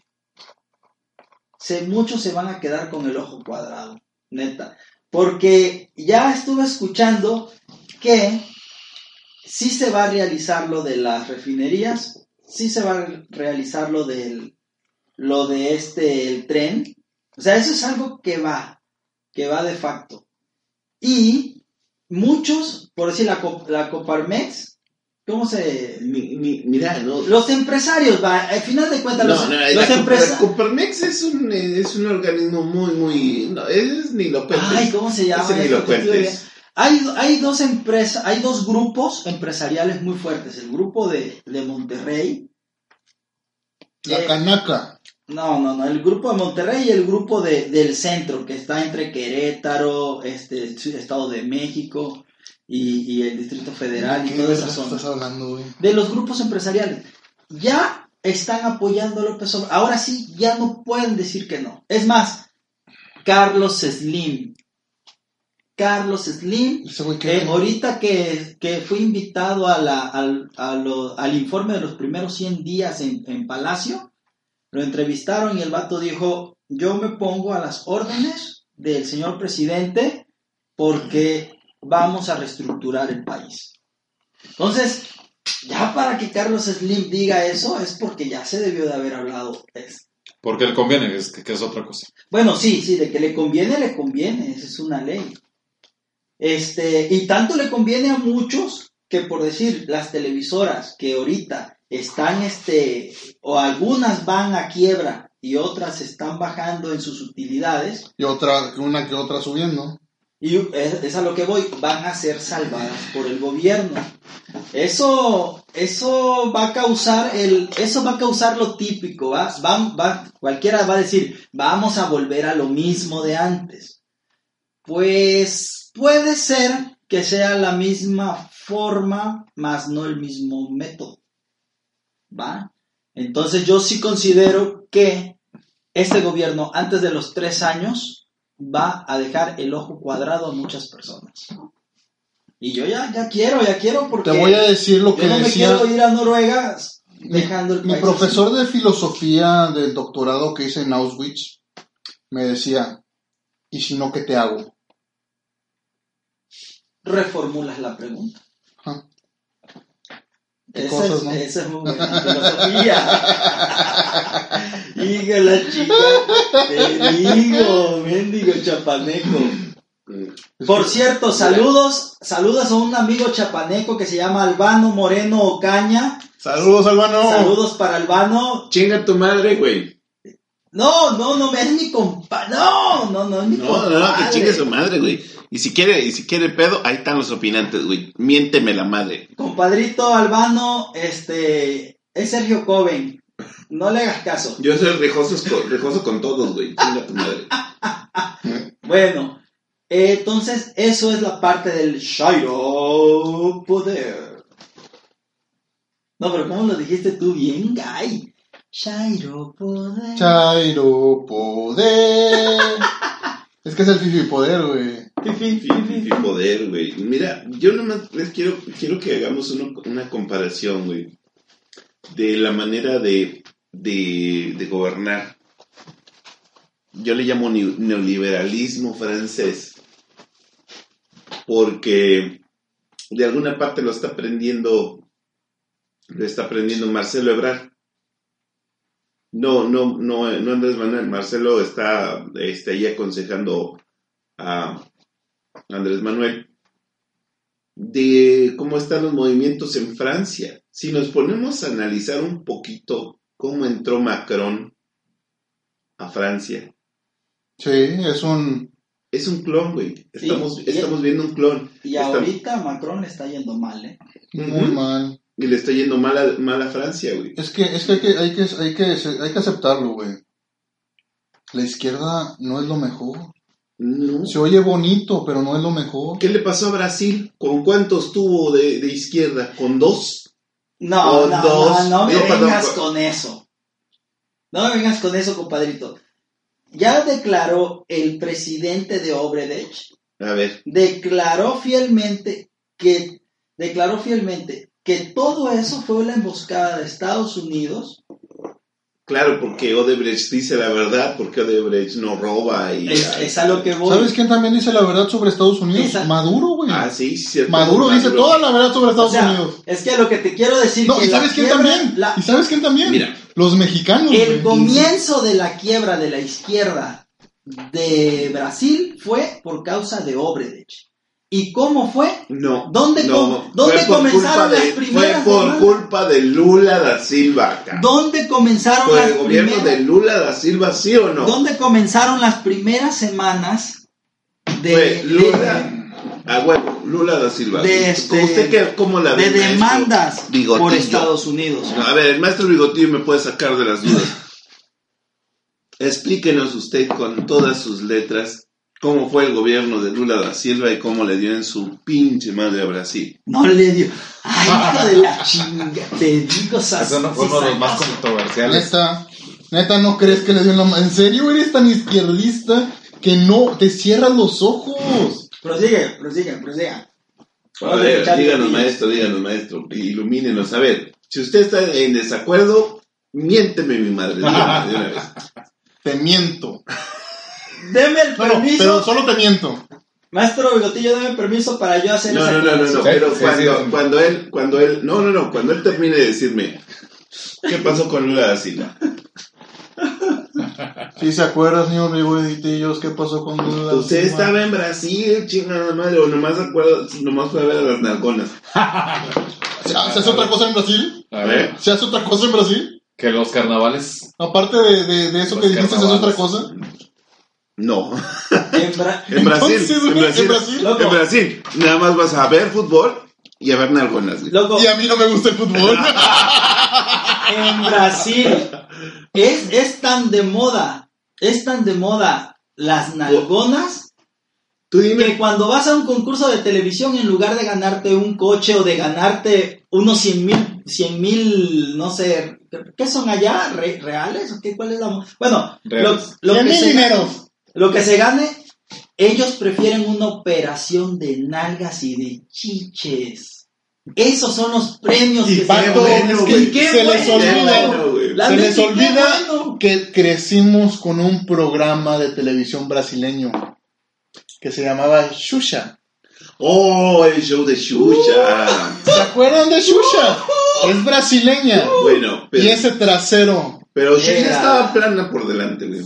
Speaker 4: se, muchos se van a quedar con el ojo cuadrado, neta. Porque ya estuve escuchando que sí se va a realizar lo de las refinerías, sí se va a realizar lo del, lo de este, el tren. O sea, eso es algo que va, que va de facto. Y muchos, por decir la, Co- la Coparmex, ¿cómo se...?
Speaker 1: mi- mi- mira, no.
Speaker 4: Los empresarios, va, al final de cuentas,
Speaker 1: No,
Speaker 4: los,
Speaker 1: no,
Speaker 4: los
Speaker 1: la,
Speaker 4: empresa-
Speaker 1: la Coparmex es un, eh, es un organismo muy, muy. No, es ni lo cuentes.
Speaker 4: Ay, ¿cómo se llama?
Speaker 1: Ese ni
Speaker 4: esto
Speaker 1: lo
Speaker 4: que estuve
Speaker 1: cuentes.
Speaker 4: viendo? Hay, hay dos empresas, hay dos grupos empresariales muy fuertes. El grupo de, de Monterrey.
Speaker 2: La
Speaker 4: eh,
Speaker 2: canaca.
Speaker 4: no, no, no. El grupo de Monterrey y el grupo de, del centro, que está entre Querétaro, este, el Estado de México y, y el Distrito Federal y
Speaker 2: ¿Qué
Speaker 4: toda esa
Speaker 2: vergas
Speaker 4: zona.
Speaker 2: estás hablando, güey?
Speaker 4: de los grupos empresariales. Ya están apoyando a López Obrador. Ahora sí, ya no pueden decir que no. Es más, Carlos Slim. Carlos Slim,
Speaker 2: Ese güey
Speaker 4: que
Speaker 1: Eh,
Speaker 2: que...
Speaker 4: Eh, ahorita que, que fue invitado a la- al, a lo- al informe de los primeros 100 días en, en Palacio, lo entrevistaron y el vato dijo, yo me pongo a las órdenes del señor presidente porque vamos a reestructurar el país. Entonces, ya para que Carlos Slim diga eso es porque ya se debió de haber hablado. Es-
Speaker 3: Porque le conviene, es que, que es otra cosa.
Speaker 4: Bueno, sí, sí, de que le conviene, le conviene, esa es una ley. Este, y tanto le conviene a muchos que por decir, las televisoras que ahorita están, este, o algunas van a quiebra y otras están bajando en sus utilidades,
Speaker 2: Y otra, una que otra subiendo.
Speaker 4: y es, es a lo que voy, van a ser salvadas por el gobierno. Eso, eso va a causar el, eso va a causar lo típico, ¿va? Van, va, cualquiera va a decir, vamos a volver a lo mismo de antes. Pues puede ser que sea la misma forma, más no el mismo método. ¿Va? Entonces yo sí considero que este gobierno, antes de los tres años, va a dejar el ojo cuadrado a muchas personas. Y yo ya, ya quiero, ya quiero porque
Speaker 1: Eh,
Speaker 2: Te voy a decir lo que
Speaker 4: yo no me
Speaker 2: decía...
Speaker 4: quiero ir a Noruega dejando el
Speaker 2: Mi
Speaker 4: país
Speaker 2: profesor de filosofía del doctorado que hice en Auschwitz me decía, ¿y si no, qué te hago?
Speaker 4: así. Reformulas la pregunta.
Speaker 2: Ajá. Qué
Speaker 4: Esa,
Speaker 2: cosas,
Speaker 4: es,
Speaker 2: ¿no?
Speaker 4: esa es muy buena filosofía. Hija la chica, te digo, mendigo chapaneco. Por cierto, saludos, saludos a un amigo chapaneco que se llama Albano Moreno Ocaña.
Speaker 2: Saludos, Albano.
Speaker 4: Saludos para Albano,
Speaker 1: Chinga tu madre, güey.
Speaker 4: No, no, no, es mi compa. No, no, no, es mi
Speaker 1: No,
Speaker 4: compa.
Speaker 1: no, no, que chingue su madre, güey. Y si quiere, y si quiere pedo, ahí están los opinantes, güey. Miénteme la madre.
Speaker 4: Compadrito Albano, este, es Sergio Coven. No le hagas caso.
Speaker 1: Yo soy rijoso, con- rijoso con todos, güey. Chinga tu madre.
Speaker 4: Bueno, eh, entonces eso es la parte del Shairo Poder. No, pero ¿cómo lo dijiste tú bien, Guy? Shairo Poder.
Speaker 2: Chairo Poder. es que es el Fifi Poder, güey.
Speaker 1: Sí, sí, sí, poder, güey. Mira, yo nomás les quiero, quiero que hagamos uno- una comparación, güey, de la manera de, de, de gobernar. Yo le llamo neo- neoliberalismo francés, porque de alguna parte lo está aprendiendo, lo está aprendiendo Marcelo Ebrard. No, no, no, no Andrés Manuel. Marcelo está, este, ahí aconsejando a, Andrés Manuel, de cómo están los movimientos en Francia. Si nos ponemos a analizar un poquito cómo entró Macron a Francia,
Speaker 2: Sí, es un.
Speaker 1: es un clon, güey. Estamos,
Speaker 4: Sí, sí.
Speaker 1: estamos viendo un clon.
Speaker 4: Y
Speaker 1: Está-
Speaker 4: ahorita a Macron le está yendo mal, ¿eh?
Speaker 2: Muy
Speaker 1: Ujú.
Speaker 2: mal.
Speaker 1: Y le está yendo mal a, mal a Francia, güey.
Speaker 2: Es que, es que hay que, hay que, hay que, hay que aceptarlo, güey. La izquierda no es lo mejor.
Speaker 1: No.
Speaker 2: Se oye bonito, pero no es lo mejor.
Speaker 1: ¿Qué le pasó a Brasil? ¿Con cuántos tuvo de, de izquierda? ¿Con dos?
Speaker 4: No,
Speaker 1: O
Speaker 4: no,
Speaker 1: dos.
Speaker 4: no, no me
Speaker 1: No, perdón,
Speaker 4: vengas
Speaker 1: pa-
Speaker 4: con eso. No me vengas con eso, compadrito. Ya declaró el presidente de Obredech
Speaker 1: A ver,
Speaker 4: declaró fielmente que declaró fielmente que todo eso fue la emboscada de Estados Unidos.
Speaker 1: claro, porque Odebrecht dice la verdad, porque Odebrecht no roba y...
Speaker 4: Es, es a lo que voy.
Speaker 2: ¿Sabes quién también dice la verdad sobre Estados Unidos?
Speaker 4: Esa-
Speaker 2: Maduro, güey.
Speaker 1: Ah, sí, cierto.
Speaker 2: Maduro dice toda la verdad sobre
Speaker 4: O
Speaker 2: Estados
Speaker 4: sea,
Speaker 2: Unidos.
Speaker 4: es que lo que te quiero decir
Speaker 2: No,
Speaker 4: que
Speaker 2: ¿y
Speaker 4: la
Speaker 2: sabes quién
Speaker 4: quiebra-
Speaker 2: también?
Speaker 4: la-
Speaker 2: ¿Y sabes quién también?
Speaker 1: Mira.
Speaker 2: Los mexicanos.
Speaker 4: el
Speaker 2: güey.
Speaker 4: comienzo de la quiebra de la izquierda de Brasil fue por causa de Obredech. ¿Y cómo fue?
Speaker 1: No.
Speaker 4: ¿Dónde
Speaker 1: no,
Speaker 4: com- dónde
Speaker 1: fue por
Speaker 4: comenzaron
Speaker 1: culpa
Speaker 4: las
Speaker 1: de-
Speaker 4: primeras
Speaker 1: Fue por
Speaker 4: demandas?
Speaker 1: culpa de Lula da Silva. cabrón.
Speaker 4: ¿Dónde comenzaron
Speaker 1: Por
Speaker 4: las
Speaker 1: el gobierno
Speaker 4: primeras-
Speaker 1: de Lula da Silva, ¿sí o no?
Speaker 4: ¿Dónde comenzaron las primeras semanas de,
Speaker 1: Fue
Speaker 4: de-
Speaker 1: Lula. A huevo, Ah, Lula da Silva.
Speaker 4: De este-
Speaker 1: ¿Usted qué, cómo la
Speaker 4: de
Speaker 1: ve, maestro
Speaker 4: demandas
Speaker 1: Bigotillo?
Speaker 4: por Estados Unidos?
Speaker 1: No, a ver, el maestro Bigotillo me puede sacar de las dudas. Explíquenos usted con todas sus letras cómo fue el gobierno de Lula da Silva y cómo le dio en su pinche madre a Brasil.
Speaker 4: No le dio. Ay, hijo de la chinga. Te digo, sas-
Speaker 5: Eso no fue uno de los más
Speaker 4: sas-
Speaker 5: controversiales.
Speaker 2: Neta, neta, ¿no crees que le dio la ma- ¿En serio eres tan izquierdista que no te cierras los ojos?
Speaker 4: Prosigue, prosigue, prosigue.
Speaker 1: A ver, díganos, maestro, díganos, maestro, ilumínenos. A ver, si usted está en desacuerdo, miénteme, mi madre, dígame de una vez.
Speaker 2: Te miento.
Speaker 4: Deme el
Speaker 2: No, no,
Speaker 4: permiso.
Speaker 2: pero solo te miento.
Speaker 4: Maestro Bigotillo, deme permiso para yo hacer
Speaker 1: No,
Speaker 4: esa
Speaker 1: no, no, no, no,
Speaker 4: aclaración.
Speaker 1: pero
Speaker 5: Sí, sí,
Speaker 1: cuando,
Speaker 5: sí.
Speaker 1: cuando él, cuando él, no, no, no, cuando él termine de decirme, ¿qué pasó con Lula da Silva?
Speaker 2: Si se acuerda, señor Bigotillos, ¿qué pasó con Lula?
Speaker 1: Usted
Speaker 2: Silva?
Speaker 1: estaba en Brasil, chingada madre, o nomás, acuerdo, nomás fue a ver a las narconas.
Speaker 2: ¿Se, se hace otra cosa en Brasil?
Speaker 5: A ver,
Speaker 2: ¿Se hace otra cosa en Brasil?
Speaker 5: que los carnavales.
Speaker 2: Aparte de, de- de eso
Speaker 5: Los
Speaker 2: que dijiste, ¿se hace otra
Speaker 5: carnavales.
Speaker 2: cosa?
Speaker 1: No,
Speaker 4: En Bra-
Speaker 1: en Brasil,
Speaker 2: Entonces,
Speaker 1: en
Speaker 2: güey,
Speaker 1: Brasil,
Speaker 2: en Brasil.
Speaker 1: en Brasil, nada más vas a ver fútbol y a ver narconas. güey.
Speaker 4: Loco,
Speaker 2: Y a mí no me gusta el fútbol.
Speaker 4: en Brasil es, es tan de moda, es tan de moda las nalgonas
Speaker 1: Tú dime
Speaker 4: que cuando vas a un concurso de televisión, en lugar de ganarte un coche o de ganarte unos 100 mil, 100 mil, no sé, ¿qué son allá? ¿Re- ¿Reales? ¿O qué? ¿Cuál es la...? mo- Bueno, lo,
Speaker 5: Reales.
Speaker 4: lo que
Speaker 2: Cien
Speaker 4: se,
Speaker 2: mil dineros.
Speaker 4: lo que se gane, ellos prefieren una operación de nalgas y de chiches. Esos son los premios
Speaker 2: Y
Speaker 4: que
Speaker 2: pacto,
Speaker 4: se
Speaker 1: es
Speaker 4: Y
Speaker 1: que
Speaker 4: qué
Speaker 2: se les
Speaker 4: bueno.
Speaker 2: olvida.
Speaker 1: güey.
Speaker 4: La
Speaker 2: Se les
Speaker 4: neta, qué
Speaker 2: olvida
Speaker 4: bueno.
Speaker 2: que crecimos con un programa de televisión brasileño que se llamaba Xuxa.
Speaker 1: Oh, el show de Xuxa.
Speaker 2: ¿Se acuerdan de Xuxa? Es brasileña.
Speaker 1: Bueno, pero,
Speaker 2: Y ese trasero.
Speaker 1: pero Xuxa
Speaker 4: Era-
Speaker 1: estaba plana por delante, güey.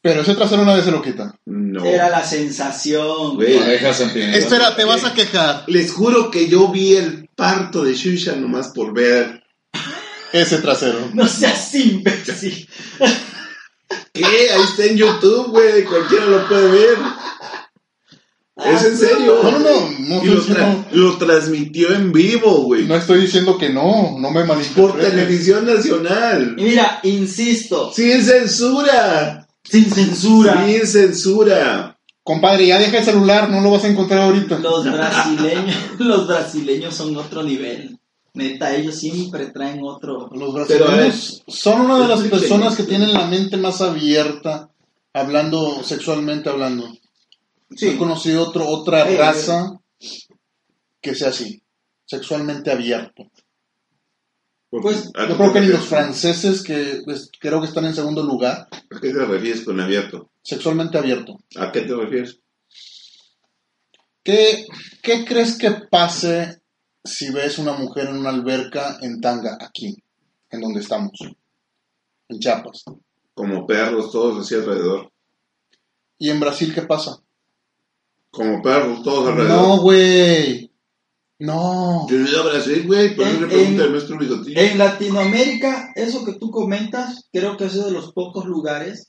Speaker 2: Pero ese trasero una vez se lo quita.
Speaker 1: No.
Speaker 4: Era la sensación.
Speaker 1: Güey.
Speaker 5: Parejas sentimentales.
Speaker 2: Espera, te vas a quejar.
Speaker 1: Les juro que yo vi el parto de Xuxa nomás por ver.
Speaker 2: Ese trasero.
Speaker 4: No seas imbécil.
Speaker 1: ¿Qué? Ahí está en YouTube, güey. Cualquiera lo puede ver. Es en serio.
Speaker 2: Ah, No, no, no, no
Speaker 1: Y
Speaker 2: estoy
Speaker 1: lo, tra-
Speaker 2: diciendo,
Speaker 1: lo transmitió en vivo, güey.
Speaker 2: no estoy diciendo que no, no me
Speaker 1: por
Speaker 2: malinterpretes.
Speaker 1: televisión nacional.
Speaker 4: Y mira, insisto,
Speaker 1: Sin censura.
Speaker 4: sin censura,
Speaker 1: Sin censura.
Speaker 2: Compadre, ya deja el celular, no lo vas a encontrar ahorita.
Speaker 4: los brasileños, los brasileños son otro nivel. Neta, ellos siempre traen otro.
Speaker 2: Los
Speaker 1: Pero, a ver,
Speaker 2: brasileños son una de las
Speaker 1: es
Speaker 2: personas que
Speaker 1: diferente.
Speaker 2: tienen la mente más abierta, hablando sexualmente hablando. He conocido otro, otra
Speaker 4: Sí,
Speaker 2: raza que sea así, sexualmente abierto.
Speaker 4: Pues,
Speaker 1: ¿A
Speaker 2: Yo creo que ni
Speaker 1: qué-
Speaker 2: los franceses, que pues, creo que están en segundo lugar,
Speaker 1: ¿A qué te refieres con abierto?
Speaker 2: sexualmente abierto.
Speaker 1: ¿A qué te refieres?
Speaker 2: ¿Qué, qué crees que pase si ves una mujer en una alberca en tanga aquí, en donde estamos, en Chiapas?
Speaker 1: Como perros todos así alrededor.
Speaker 2: ¿Y en Brasil qué pasa?
Speaker 1: Como perros todos
Speaker 2: No,
Speaker 1: alrededor.
Speaker 2: güey. No.
Speaker 1: Yo no iba a Brasil, güey, pero
Speaker 4: En-
Speaker 1: le pregunta
Speaker 4: en-
Speaker 1: al maestro Bigotillo.
Speaker 4: En Latinoamérica, eso que tú comentas, creo que es de los pocos lugares,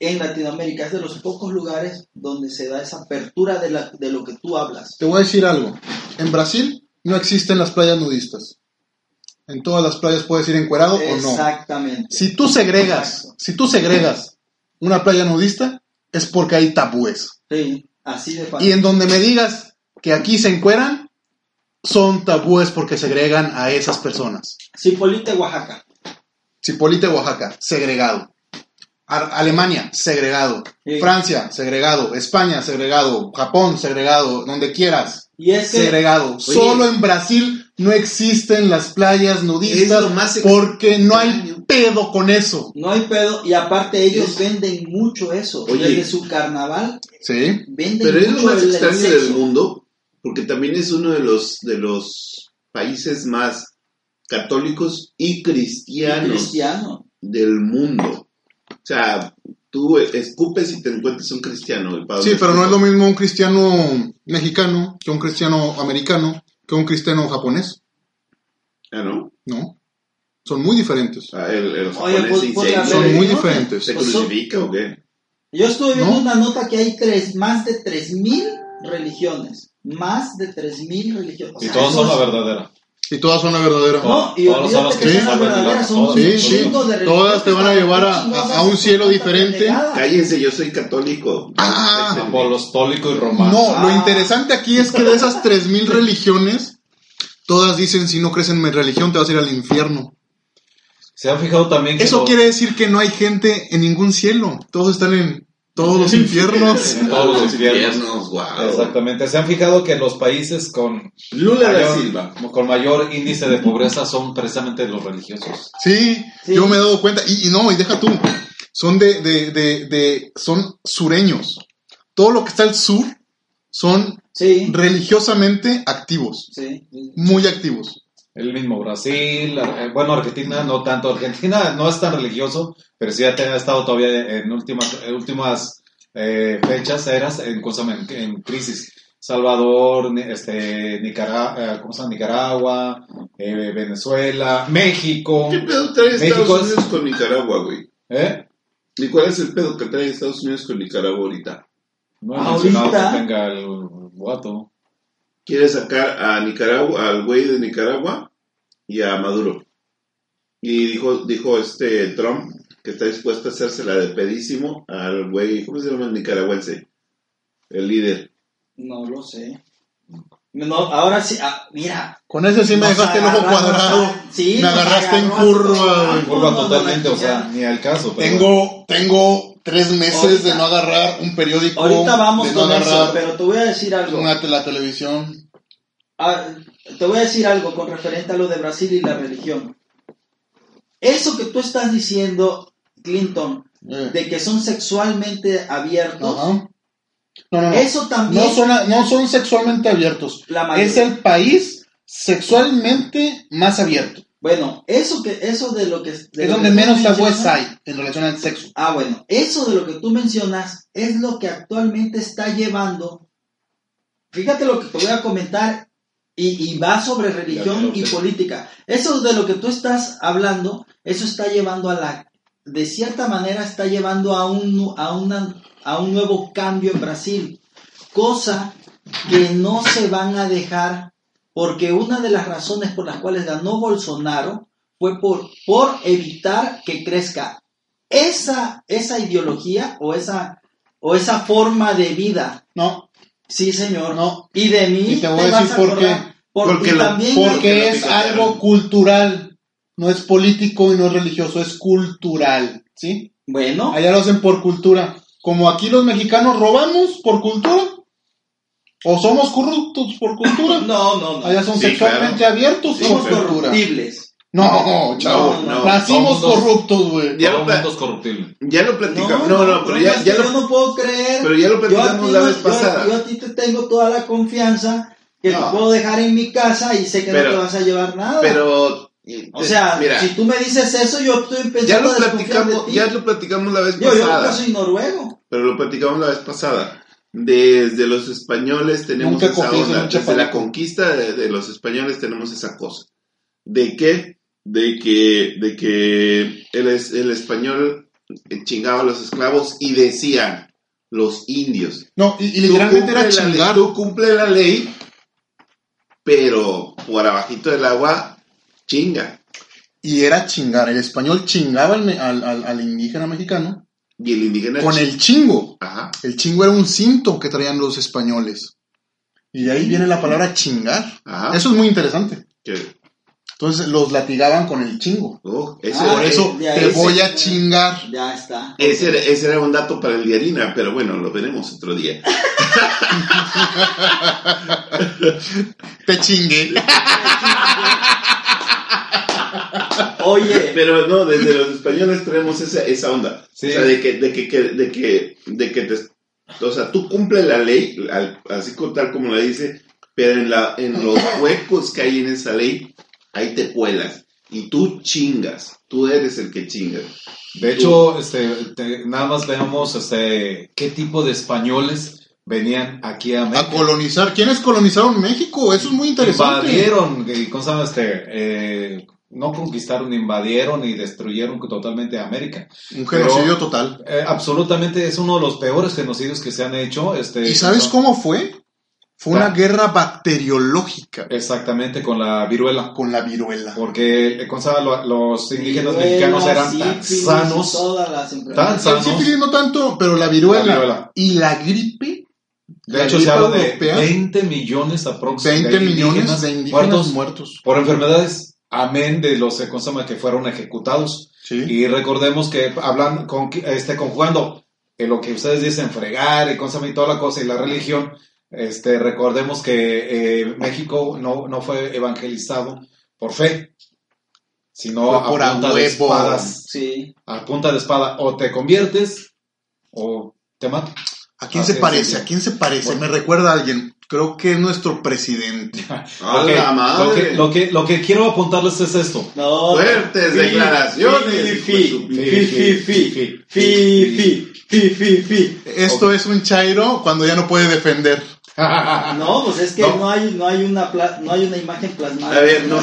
Speaker 4: en Latinoamérica, es de los pocos lugares donde se da esa apertura de, la- de lo que tú hablas.
Speaker 2: Te voy a decir algo. En Brasil no existen las playas nudistas. En todas las playas puedes ir encuerado o no.
Speaker 4: Exactamente.
Speaker 2: Si tú segregas,
Speaker 4: Exacto.
Speaker 2: si tú segregas una playa nudista, es porque hay tabúes.
Speaker 4: Sí, así de fácil.
Speaker 2: Y en donde me digas que aquí se encueran, son tabúes porque segregan a esas personas.
Speaker 4: Cipolite, Oaxaca.
Speaker 2: Cipolite, Oaxaca, segregado. Ar- Alemania, segregado.
Speaker 4: Sí.
Speaker 2: Francia, segregado. España, segregado. Japón, segregado. Donde quieras,
Speaker 4: Y es que
Speaker 2: segregado. Solo en Brasil no existen las playas
Speaker 1: Es
Speaker 2: nudistas
Speaker 1: lo más extraño.
Speaker 2: porque no hay pedo con eso.
Speaker 4: no hay pedo, y aparte ellos venden mucho eso.
Speaker 1: Oye.
Speaker 4: Desde su carnaval
Speaker 2: Sí.
Speaker 4: venden
Speaker 1: Pero es lo
Speaker 4: mucho
Speaker 1: más
Speaker 4: el- el
Speaker 1: extraño
Speaker 4: sexo.
Speaker 1: del mundo, porque también es uno de los, de los países más católicos y cristianos
Speaker 4: Cristiano.
Speaker 1: del mundo. O sea, tú escupes y te encuentras un cristiano. güey, para
Speaker 2: Sí,
Speaker 1: donde
Speaker 2: pero no es lo
Speaker 1: escupes.
Speaker 2: mismo un cristiano mexicano que un cristiano americano que un cristiano japonés.
Speaker 1: Ah, ¿no?
Speaker 2: No. Son muy diferentes.
Speaker 1: Ah, el, el
Speaker 4: Oye,
Speaker 1: japonés
Speaker 4: pues,
Speaker 1: se
Speaker 4: ponle a
Speaker 1: incendia,
Speaker 2: Son
Speaker 4: ver,
Speaker 2: muy
Speaker 4: ¿no?
Speaker 2: diferentes.
Speaker 1: ¿Se
Speaker 4: pues,
Speaker 1: crucifica o qué?
Speaker 4: Yo estuve viendo
Speaker 2: ¿No?
Speaker 4: una nota que hay tres, más de 3.000 religiones. Más de 3.000 religiones. O
Speaker 5: Y
Speaker 4: sea,
Speaker 5: todos
Speaker 4: eso
Speaker 5: son la
Speaker 4: es-
Speaker 5: verdadera.
Speaker 2: Y todas son la verdadera.
Speaker 4: No, y
Speaker 5: Todos son los
Speaker 4: olvídate que
Speaker 5: que
Speaker 4: son las
Speaker 5: saben de la-
Speaker 4: verdaderas, son
Speaker 5: todos,
Speaker 4: un
Speaker 5: sí,
Speaker 4: chingo de
Speaker 2: sí.
Speaker 4: religiones
Speaker 2: Todas te
Speaker 4: que
Speaker 2: van a
Speaker 4: están
Speaker 2: llevar a-
Speaker 4: chingadas,
Speaker 2: a- a un cielo
Speaker 4: tanta
Speaker 2: diferente.
Speaker 4: pendejada.
Speaker 1: Cállense, yo soy católico.
Speaker 2: Ah,
Speaker 5: Apostólico y romano.
Speaker 2: No, lo
Speaker 4: Ah.
Speaker 2: interesante aquí es que de esas 3.000 religiones, todas dicen, si no crees en mi religión, te vas a ir al infierno.
Speaker 5: Se han fijado también que
Speaker 2: Eso
Speaker 5: los-
Speaker 2: quiere decir que no hay gente en ningún cielo. Todos están en todos los infiernos.
Speaker 5: en todos los infiernos.
Speaker 1: Infiernos, guau.
Speaker 5: Exactamente. Se han fijado que los países con
Speaker 1: Lula da
Speaker 5: mayor-
Speaker 1: Silva.
Speaker 5: con mayor índice de pobreza son precisamente los religiosos.
Speaker 2: Sí,
Speaker 4: Sí.
Speaker 2: yo me he dado cuenta. Y, y no, y deja tú. Son de, de, de, de- son sureños. Todo lo que está al sur son
Speaker 4: Sí,
Speaker 2: religiosamente activos.
Speaker 4: sí. sí.
Speaker 2: Muy activos.
Speaker 5: El mismo Brasil, Ar- eh, bueno, Argentina no tanto. Argentina no es tan religioso, pero sí ha, te- ha estado todavía en últimas, en últimas eh, fechas, eras en, cosa- en- en crisis. Salvador, ni- este, Nicaragua, ¿cómo se llama? Nicaragua eh, Venezuela, México.
Speaker 1: ¿Qué pedo trae Estados
Speaker 5: México es-
Speaker 1: Unidos con Nicaragua, güey?
Speaker 5: ¿Eh?
Speaker 1: ¿Y cuál es el pedo que trae Estados Unidos con Nicaragua ahorita?
Speaker 5: No he
Speaker 4: Ahorita.
Speaker 5: mencionado que tenga el guato.
Speaker 1: quiere sacar a Nicaragua, al güey de Nicaragua y a Maduro. Y dijo, dijo este Trump que está dispuesto a hacérsela de pedísimo al güey, ¿cómo se llama el nicaragüense? El líder.
Speaker 4: No lo sé. No, ahora sí, ah, mira.
Speaker 2: Con eso sí me
Speaker 4: nos
Speaker 2: dejaste el ojo
Speaker 4: agarramos
Speaker 2: cuadrado.
Speaker 4: a- sí,
Speaker 2: me
Speaker 4: nos
Speaker 2: agarraste en
Speaker 4: agarró a-
Speaker 2: curva, güey.
Speaker 5: En curva
Speaker 4: No, no, no,
Speaker 5: totalmente,
Speaker 4: no,
Speaker 5: o sea,
Speaker 4: ya.
Speaker 5: ni al caso. pero-
Speaker 2: Tengo, tengo tres meses
Speaker 4: Ahorita-
Speaker 2: de no agarrar un periódico.
Speaker 4: Ahorita vamos
Speaker 2: de no
Speaker 4: con eso,
Speaker 2: agarrar
Speaker 4: pero te voy a decir algo.
Speaker 2: una, la televisión.
Speaker 4: Ah, te voy a decir algo con referente a lo de Brasil y la religión. Eso que tú estás diciendo, Clinton,
Speaker 2: eh,
Speaker 4: de que son sexualmente abiertos,
Speaker 2: ajá. No, no, no.
Speaker 4: eso también
Speaker 2: No son, a- no son sexualmente abiertos.
Speaker 4: la mayoría.
Speaker 2: Es el país sexualmente más abierto.
Speaker 4: Bueno, eso que eso de lo que de
Speaker 2: es
Speaker 4: lo
Speaker 2: donde
Speaker 4: que tú
Speaker 2: menos tabúes
Speaker 4: mencionas-
Speaker 2: hay en relación al sexo.
Speaker 4: Ah, bueno, eso de lo que tú mencionas es lo que actualmente está llevando. Fíjate lo que te voy a comentar y, y va sobre religión y política. Eso de lo que tú estás hablando, eso está llevando a la, de cierta manera está llevando a un, nu- a una, a un nuevo cambio en Brasil. cosa que no se van a dejar, porque una de las razones por las cuales ganó Bolsonaro fue por, por evitar que crezca esa, esa ideología o esa, o esa forma de vida.
Speaker 2: No,
Speaker 4: Sí, señor.
Speaker 2: No.
Speaker 4: Y de mí
Speaker 2: Y te voy a decir por
Speaker 4: acordar.
Speaker 2: qué.
Speaker 4: Por-
Speaker 1: Porque
Speaker 4: y
Speaker 1: la-
Speaker 4: también
Speaker 2: porque
Speaker 1: porque
Speaker 2: es
Speaker 1: lo picotearon.
Speaker 2: algo cultural. No es político y no es religioso, es cultural, ¿sí?
Speaker 4: Bueno,
Speaker 2: Allá lo hacen por cultura. Como aquí los mexicanos robamos por cultura. O somos corruptos por cultura.
Speaker 4: no, no, no.
Speaker 2: Allá son
Speaker 1: Sí,
Speaker 2: sexualmente abiertos
Speaker 1: Sí,
Speaker 2: por
Speaker 4: Somos
Speaker 1: pero-
Speaker 2: cultura.
Speaker 4: corruptibles.
Speaker 2: No, chavo.
Speaker 4: No, no.
Speaker 5: Somos
Speaker 2: Nacimos
Speaker 5: dos.
Speaker 2: corruptos, güey.
Speaker 1: Ya
Speaker 5: Todo
Speaker 1: lo
Speaker 5: mundo
Speaker 1: pla-
Speaker 5: es corruptible.
Speaker 1: Ya lo
Speaker 4: No,
Speaker 1: platicamos. No, no, pero ya,
Speaker 4: es
Speaker 1: ya
Speaker 4: que yo
Speaker 1: lo,
Speaker 4: no puedo creer.
Speaker 1: pero ya lo
Speaker 4: Yo a, ti
Speaker 1: platicamos
Speaker 4: no-
Speaker 1: la vez
Speaker 4: yo- yo
Speaker 1: pasada.
Speaker 4: a ti te tengo toda la confianza que
Speaker 1: No.
Speaker 4: te puedo dejar en mi casa y sé que no
Speaker 1: Pero-
Speaker 4: te vas a llevar nada.
Speaker 1: Pero.
Speaker 4: o sea,
Speaker 1: mira,
Speaker 4: si tú me dices eso, yo estoy
Speaker 1: ya
Speaker 4: empezando
Speaker 1: lo
Speaker 4: a desconfiar de
Speaker 1: platicamos,
Speaker 4: ti.
Speaker 1: ya lo platicamos la vez
Speaker 4: yo, yo nunca
Speaker 1: pasada.
Speaker 4: soy noruego.
Speaker 1: Pero lo platicamos la vez pasada. Desde los españoles tenemos
Speaker 2: Nunca
Speaker 1: esa
Speaker 2: confíes en
Speaker 1: onda.
Speaker 2: un
Speaker 1: Desde la
Speaker 2: chapaneco.
Speaker 1: conquista de, de los españoles tenemos esa cosa. ¿De qué? De que, de que el, es- el español chingaba a los esclavos y decían los indios.
Speaker 2: No, y, y
Speaker 1: Tú
Speaker 2: literalmente
Speaker 1: cumple
Speaker 2: era
Speaker 1: la ley-
Speaker 2: chingar.
Speaker 1: tú cumple la ley, pero por abajito del agua, chinga.
Speaker 2: Y era chingar. El español chingaba al, me- al- al- al indígena mexicano
Speaker 1: Y el indígena
Speaker 2: con
Speaker 1: chi-
Speaker 2: el chingo.
Speaker 1: Ajá.
Speaker 2: El chingo era un cinto que traían los españoles. Y de ahí viene la palabra chingar.
Speaker 5: Ah.
Speaker 1: Ajá.
Speaker 2: Eso es muy interesante.
Speaker 1: que-
Speaker 2: Entonces los latigaban con el chingo.
Speaker 1: oh, ese,
Speaker 4: Ah,
Speaker 2: Por
Speaker 1: eh,
Speaker 2: eso
Speaker 4: de ahí
Speaker 2: te
Speaker 4: se-
Speaker 2: voy a chingar.
Speaker 4: Ya está.
Speaker 1: ese era, ese era un dato para el día harina, pero bueno, lo veremos otro día.
Speaker 2: Te chingué.
Speaker 4: Oye,
Speaker 1: Pero no, desde los españoles tenemos esa, esa onda.
Speaker 5: Sí.
Speaker 1: O sea, de que, de que, que- de que, de que te- o sea, tú cumple la ley, al- así con tal como la dice, pero en, la, en los huecos que hay en esa ley, ahí te cuelas. Y tú chingas, tú eres el que chingas.
Speaker 5: De hecho, este, te- nada más veamos este, qué tipo de españoles venían aquí a
Speaker 2: A
Speaker 5: México.
Speaker 2: colonizar. ¿Quiénes colonizaron México? Eso es muy
Speaker 4: Ah,
Speaker 2: interesante.
Speaker 5: Invadieron, eh, ¿cómo se llama este? Eh, no conquistaron, invadieron y destruyeron totalmente América.
Speaker 2: Un genocidio total.
Speaker 5: Eh, absolutamente es uno de los peores genocidios que se han hecho. Ah. Este,
Speaker 2: ¿Y sabes
Speaker 5: con-
Speaker 2: cómo fue? Fue una
Speaker 5: Claro.
Speaker 2: guerra bacteriológica
Speaker 5: Exactamente, con la viruela.
Speaker 2: con la viruela.
Speaker 5: Porque, eh, ¿cómo se llama? Lo- los indígenas
Speaker 4: Viruela,
Speaker 5: mexicanos eran tan
Speaker 4: sífilis,
Speaker 5: sanos.
Speaker 4: todas las
Speaker 5: Tan
Speaker 4: enfermedades.
Speaker 2: El
Speaker 5: sanos.
Speaker 2: sífilis no tanto, pero la viruela,
Speaker 5: La viruela.
Speaker 2: y la gripe,
Speaker 5: De
Speaker 2: la
Speaker 5: hecho, se
Speaker 2: gripe
Speaker 5: habla de
Speaker 2: europea.
Speaker 5: 20 millones aproximadamente
Speaker 2: 20 millones de indígenas muertos.
Speaker 5: por enfermedades, amén de los eh, ¿cómo se llama? que fueron ejecutados.
Speaker 2: Sí.
Speaker 5: Y recordemos que hablan con, este, conjugando eh, lo que ustedes dicen, fregar y, ¿cómo se llama? y toda la cosa y la religión, este, recordemos que eh, México no, no fue evangelizado por fe, sino
Speaker 2: Fue
Speaker 5: a
Speaker 2: por a
Speaker 5: punta de
Speaker 2: huevo.
Speaker 5: espadas.
Speaker 4: Sí.
Speaker 5: A punta de espada, o te conviertes o te mato.
Speaker 2: ¿A quién
Speaker 5: Así
Speaker 2: se
Speaker 5: es,
Speaker 2: parece?
Speaker 5: sí.
Speaker 2: ¿A quién se parece?
Speaker 5: Bueno.
Speaker 2: Me recuerda a alguien. Creo que es nuestro presidente.
Speaker 1: ¡A
Speaker 5: Lo que-
Speaker 1: la
Speaker 5: lo,
Speaker 1: madre!
Speaker 5: que, lo, que, lo que quiero apuntarles es esto.
Speaker 4: No,
Speaker 1: Fuertes
Speaker 4: fi,
Speaker 1: declaraciones.
Speaker 4: Fi,
Speaker 1: hijo de
Speaker 4: fi, fi, fi, fi, fi, fi, fi, fi.
Speaker 2: Esto es un chairo cuando ya no puede defender.
Speaker 4: No, pues es que
Speaker 5: No.
Speaker 4: no, hay, no, hay una pla- no hay una imagen
Speaker 1: su-
Speaker 4: plasmada.
Speaker 1: A ver, no,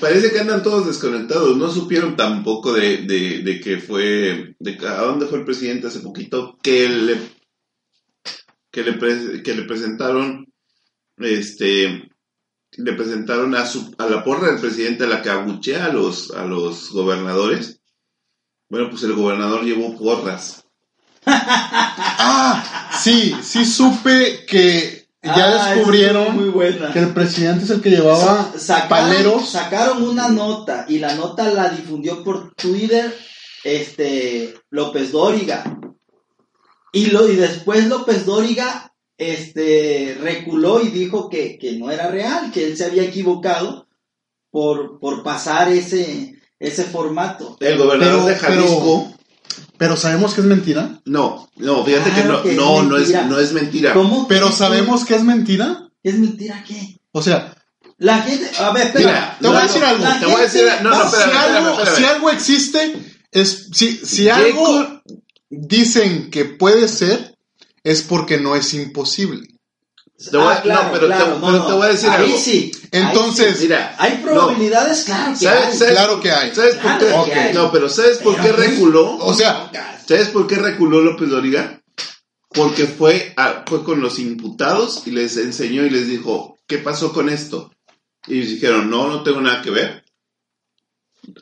Speaker 1: parece que andan todos desconectados. No supieron tampoco de, de, de que fue. De, que- ¿A dónde fue el presidente hace poquito? Que le. Que le, pres- que le presentaron. Este. Le presentaron a, su, a la porra del presidente a la que abuchea a los, a los gobernadores. Bueno, pues el gobernador llevó porras.
Speaker 2: Ah, sí, sí supe que ya
Speaker 4: Ah, esa es muy
Speaker 2: descubrieron
Speaker 4: buena.
Speaker 2: que el presidente es el que llevaba
Speaker 4: Sa- sacaron,
Speaker 2: paleros.
Speaker 4: sacaron una nota y la nota la difundió por Twitter este López Dóriga. Y, lo, y después López Dóriga este, reculó y dijo que, que no era real, que él se había equivocado por, por pasar ese, ese formato.
Speaker 1: El gobernador
Speaker 2: Pero-
Speaker 1: de Jalisco.
Speaker 2: Pero sabemos que es mentira.
Speaker 1: No, no, fíjate que
Speaker 4: Claro
Speaker 1: no,
Speaker 4: que es
Speaker 1: no, no es,
Speaker 4: Ah, mentira.
Speaker 1: no es mentira.
Speaker 4: ¿Cómo que
Speaker 2: Pero
Speaker 4: es-
Speaker 2: sabemos que es mentira.
Speaker 4: ¿Es mentira qué?
Speaker 2: O sea,
Speaker 4: La gente. A ver, espera.
Speaker 1: Mira,
Speaker 2: te voy a
Speaker 1: no,
Speaker 2: decir
Speaker 1: no,
Speaker 2: algo.
Speaker 4: la
Speaker 1: Te voy a decir,
Speaker 4: gente-
Speaker 1: no, no,
Speaker 2: si,
Speaker 1: espérame, espérame,
Speaker 2: algo,
Speaker 1: espérame.
Speaker 2: si algo existe, es, si, si
Speaker 1: Jacob-
Speaker 2: algo dicen que puede ser, es porque no es imposible.
Speaker 1: Te voy a-
Speaker 4: Ah, claro,
Speaker 1: no, pero te-
Speaker 4: claro,
Speaker 1: pero te voy a decir
Speaker 4: Ahí
Speaker 1: algo.
Speaker 4: sí. ahí
Speaker 2: Entonces,
Speaker 4: sí.
Speaker 1: Mira,
Speaker 4: hay
Speaker 1: no,
Speaker 4: probabilidades, claro que
Speaker 1: ¿sabes,
Speaker 4: hay.
Speaker 1: sabes-
Speaker 2: Claro que hay.
Speaker 1: ¿sabes por
Speaker 4: Claro
Speaker 1: qué?
Speaker 4: que hay.
Speaker 1: No, pero ¿sabes por qué
Speaker 4: Pero,
Speaker 1: reculó?
Speaker 2: O sea,
Speaker 1: ¿Sabes por qué reculó López Doriga? porque fue, a- fue con los imputados y les enseñó y les dijo, ¿qué pasó con esto? Y ellos dijeron, no, no tengo nada que ver.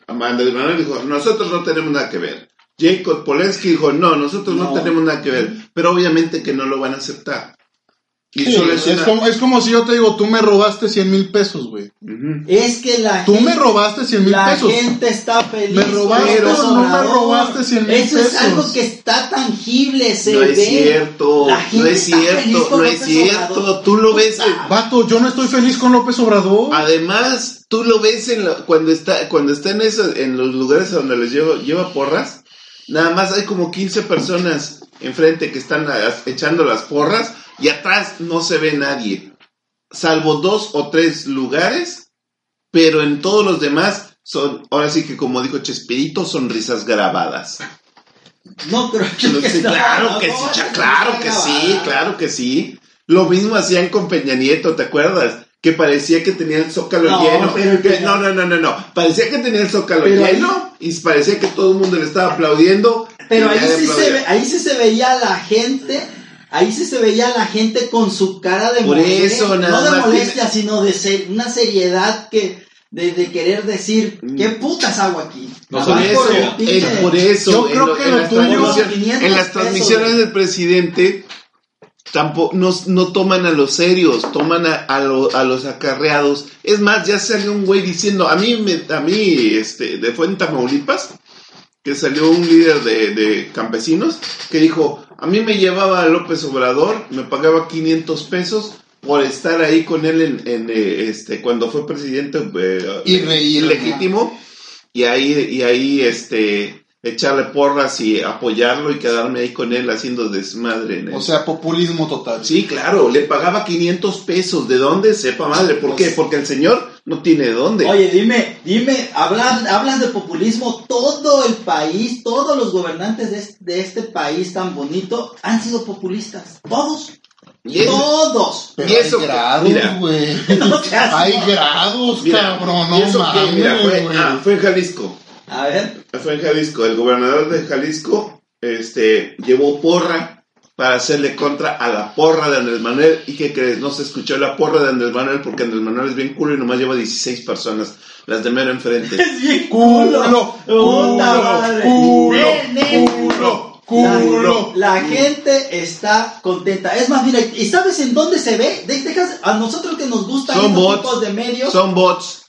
Speaker 1: Amanda de Manuel dijo, nosotros no tenemos nada que ver. Jacob Polensky dijo, no, nosotros no,
Speaker 4: No.
Speaker 1: tenemos nada que ver. Pero obviamente que no lo van a aceptar. Y solo es
Speaker 2: es,
Speaker 1: una-
Speaker 2: como, es como si yo te digo, tú me robaste 100 mil pesos, güey.
Speaker 1: Ujú.
Speaker 4: Es que la
Speaker 2: Tú
Speaker 4: gente-
Speaker 2: me robaste 100 mil
Speaker 4: la
Speaker 2: pesos.
Speaker 4: gente está feliz.
Speaker 2: ¿Me robaste
Speaker 4: con López
Speaker 2: o no me
Speaker 4: Obrador.
Speaker 2: robaste 100 mil
Speaker 4: Eso es
Speaker 2: pesos?
Speaker 4: algo que está tangible, se
Speaker 1: No
Speaker 4: ve.
Speaker 1: es cierto,
Speaker 4: La
Speaker 1: no
Speaker 4: gente
Speaker 1: es
Speaker 4: está feliz
Speaker 1: cierto,
Speaker 4: con
Speaker 1: no es
Speaker 4: López
Speaker 1: cierto.
Speaker 4: Obrador.
Speaker 1: Tú lo ves.
Speaker 4: Ah.
Speaker 1: en-
Speaker 2: Vato, yo no estoy feliz con López Obrador.
Speaker 1: Ah, Además, tú lo ves en la- cuando está cuando está en eso- en los lugares donde les llevo- lleva porras, nada más hay como 15 personas enfrente que están a- echando las porras y atrás no se ve nadie, salvo dos o tres lugares, pero en todos los demás son, ahora sí que como dijo Chespirito, sonrisas grabadas.
Speaker 4: No creo que
Speaker 1: Sí,
Speaker 4: está-
Speaker 1: claro que sí,
Speaker 4: no,
Speaker 1: cha-
Speaker 4: está
Speaker 1: claro que sí,
Speaker 4: grabada.
Speaker 1: claro que sí. Lo mismo hacían con Peña Nieto, ¿te acuerdas? Que parecía que tenía el zócalo
Speaker 4: No,
Speaker 1: lleno.
Speaker 4: pero el
Speaker 1: Que-
Speaker 4: Peña-
Speaker 1: No, no, no, no, no. Parecía que tenía el zócalo
Speaker 4: Pero ahí-
Speaker 1: lleno y parecía que todo el mundo le estaba aplaudiendo.
Speaker 4: Pero
Speaker 1: y
Speaker 4: ahí
Speaker 1: nadie
Speaker 4: sí, se
Speaker 1: aplaudía.
Speaker 4: ve- ahí sí se veía la gente, ahí sí se veía la gente con su cara de
Speaker 1: Por
Speaker 4: molestia,
Speaker 1: eso, nada
Speaker 4: no de
Speaker 1: más
Speaker 4: molestia, sino de ser, una seriedad que de, de querer decir,
Speaker 1: Mm.
Speaker 4: ¿qué putas hago aquí?
Speaker 5: No
Speaker 4: Nada
Speaker 1: Por
Speaker 4: más
Speaker 5: Abajo,
Speaker 1: eso,
Speaker 4: un pinche-
Speaker 1: el- por eso,
Speaker 2: Yo
Speaker 1: en
Speaker 2: creo
Speaker 1: lo-
Speaker 2: que
Speaker 1: en
Speaker 2: lo
Speaker 1: las
Speaker 2: tuyo-
Speaker 1: transmisiones- en
Speaker 4: 500
Speaker 1: las
Speaker 4: pesos,
Speaker 1: transmisiones
Speaker 4: güey.
Speaker 1: del presidente tampoco no, no toman a los serios, toman a, a lo- a los acarreados. Es más, ya salió un güey diciendo, a mí, me- a mí este, de fue en Tamaulipas, que salió un líder de, de campesinos, que dijo, a mí me llevaba López Obrador, me pagaba 500 pesos por estar ahí con él en, en, eh, este cuando fue presidente eh,
Speaker 2: Irre- irre-
Speaker 1: legítimo y ahí y ahí este echarle porras y apoyarlo y quedarme ahí con él haciendo desmadre en él.
Speaker 2: O sea, populismo total.
Speaker 1: sí, claro, le pagaba 500 pesos, ¿de dónde? Sepa madre, ¿por
Speaker 2: Pues,
Speaker 1: qué? Porque el señor no tiene de dónde.
Speaker 4: Oye, dime, dime, hablan, hablan de populismo, todo el país, todos los gobernantes de este, de este país tan bonito han sido populistas, todos,
Speaker 1: y es-
Speaker 4: todos.
Speaker 2: Pero
Speaker 1: Y eso
Speaker 2: hay
Speaker 1: que- mira.
Speaker 2: grados, güey.
Speaker 4: No seas-
Speaker 2: hay grados,
Speaker 1: mira,
Speaker 2: cabrón.
Speaker 1: y
Speaker 2: No
Speaker 1: eso que,
Speaker 2: mames,
Speaker 1: mira, fue,
Speaker 2: güey.
Speaker 1: ah, fue en Jalisco.
Speaker 4: A ver,
Speaker 1: Fue en Jalisco. El gobernador de Jalisco este, llevó porra para hacerle contra a la porra de Andrés Manuel. ¿Y qué crees? No se escuchó la porra de Andrés Manuel porque Andrés Manuel es bien culo y nomás lleva 16 personas, las de mero enfrente.
Speaker 4: es bien
Speaker 2: Culo,
Speaker 4: culo,
Speaker 2: culo,
Speaker 4: puta madre.
Speaker 2: culo,
Speaker 4: Ne- ne-
Speaker 2: culo,
Speaker 4: La-
Speaker 2: culo.
Speaker 4: La, gente está contenta. Es más, mira, ¿y sabes en dónde se ve? De- dejas- a nosotros que nos gustan
Speaker 1: Son
Speaker 4: estos
Speaker 1: bots.
Speaker 4: tipos de medios.
Speaker 1: Son bots.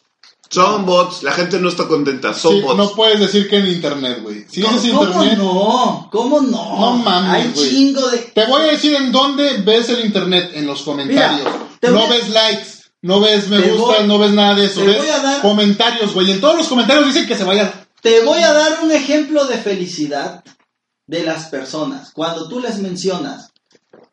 Speaker 1: Son bots. La gente no está contenta. Son
Speaker 2: Sí,
Speaker 1: bots.
Speaker 2: no puedes decir que en internet, güey. Si
Speaker 4: ¿Cómo,
Speaker 2: dices
Speaker 4: cómo
Speaker 2: internet,
Speaker 4: no? ¿Cómo no?
Speaker 2: No mames,
Speaker 4: Hay
Speaker 2: güey.
Speaker 4: chingo de.
Speaker 2: Te voy a decir en dónde ves el internet, en los comentarios.
Speaker 4: te
Speaker 2: no
Speaker 4: voy a-
Speaker 2: ves likes, no ves me
Speaker 4: Te
Speaker 2: gusta,
Speaker 4: voy-
Speaker 2: no ves nada de eso.
Speaker 4: te
Speaker 2: ves
Speaker 4: voy a dar-
Speaker 2: comentarios, güey. En todos los comentarios dicen que se vaya.
Speaker 4: Te voy a dar un ejemplo de felicidad de las personas. Cuando tú les mencionas,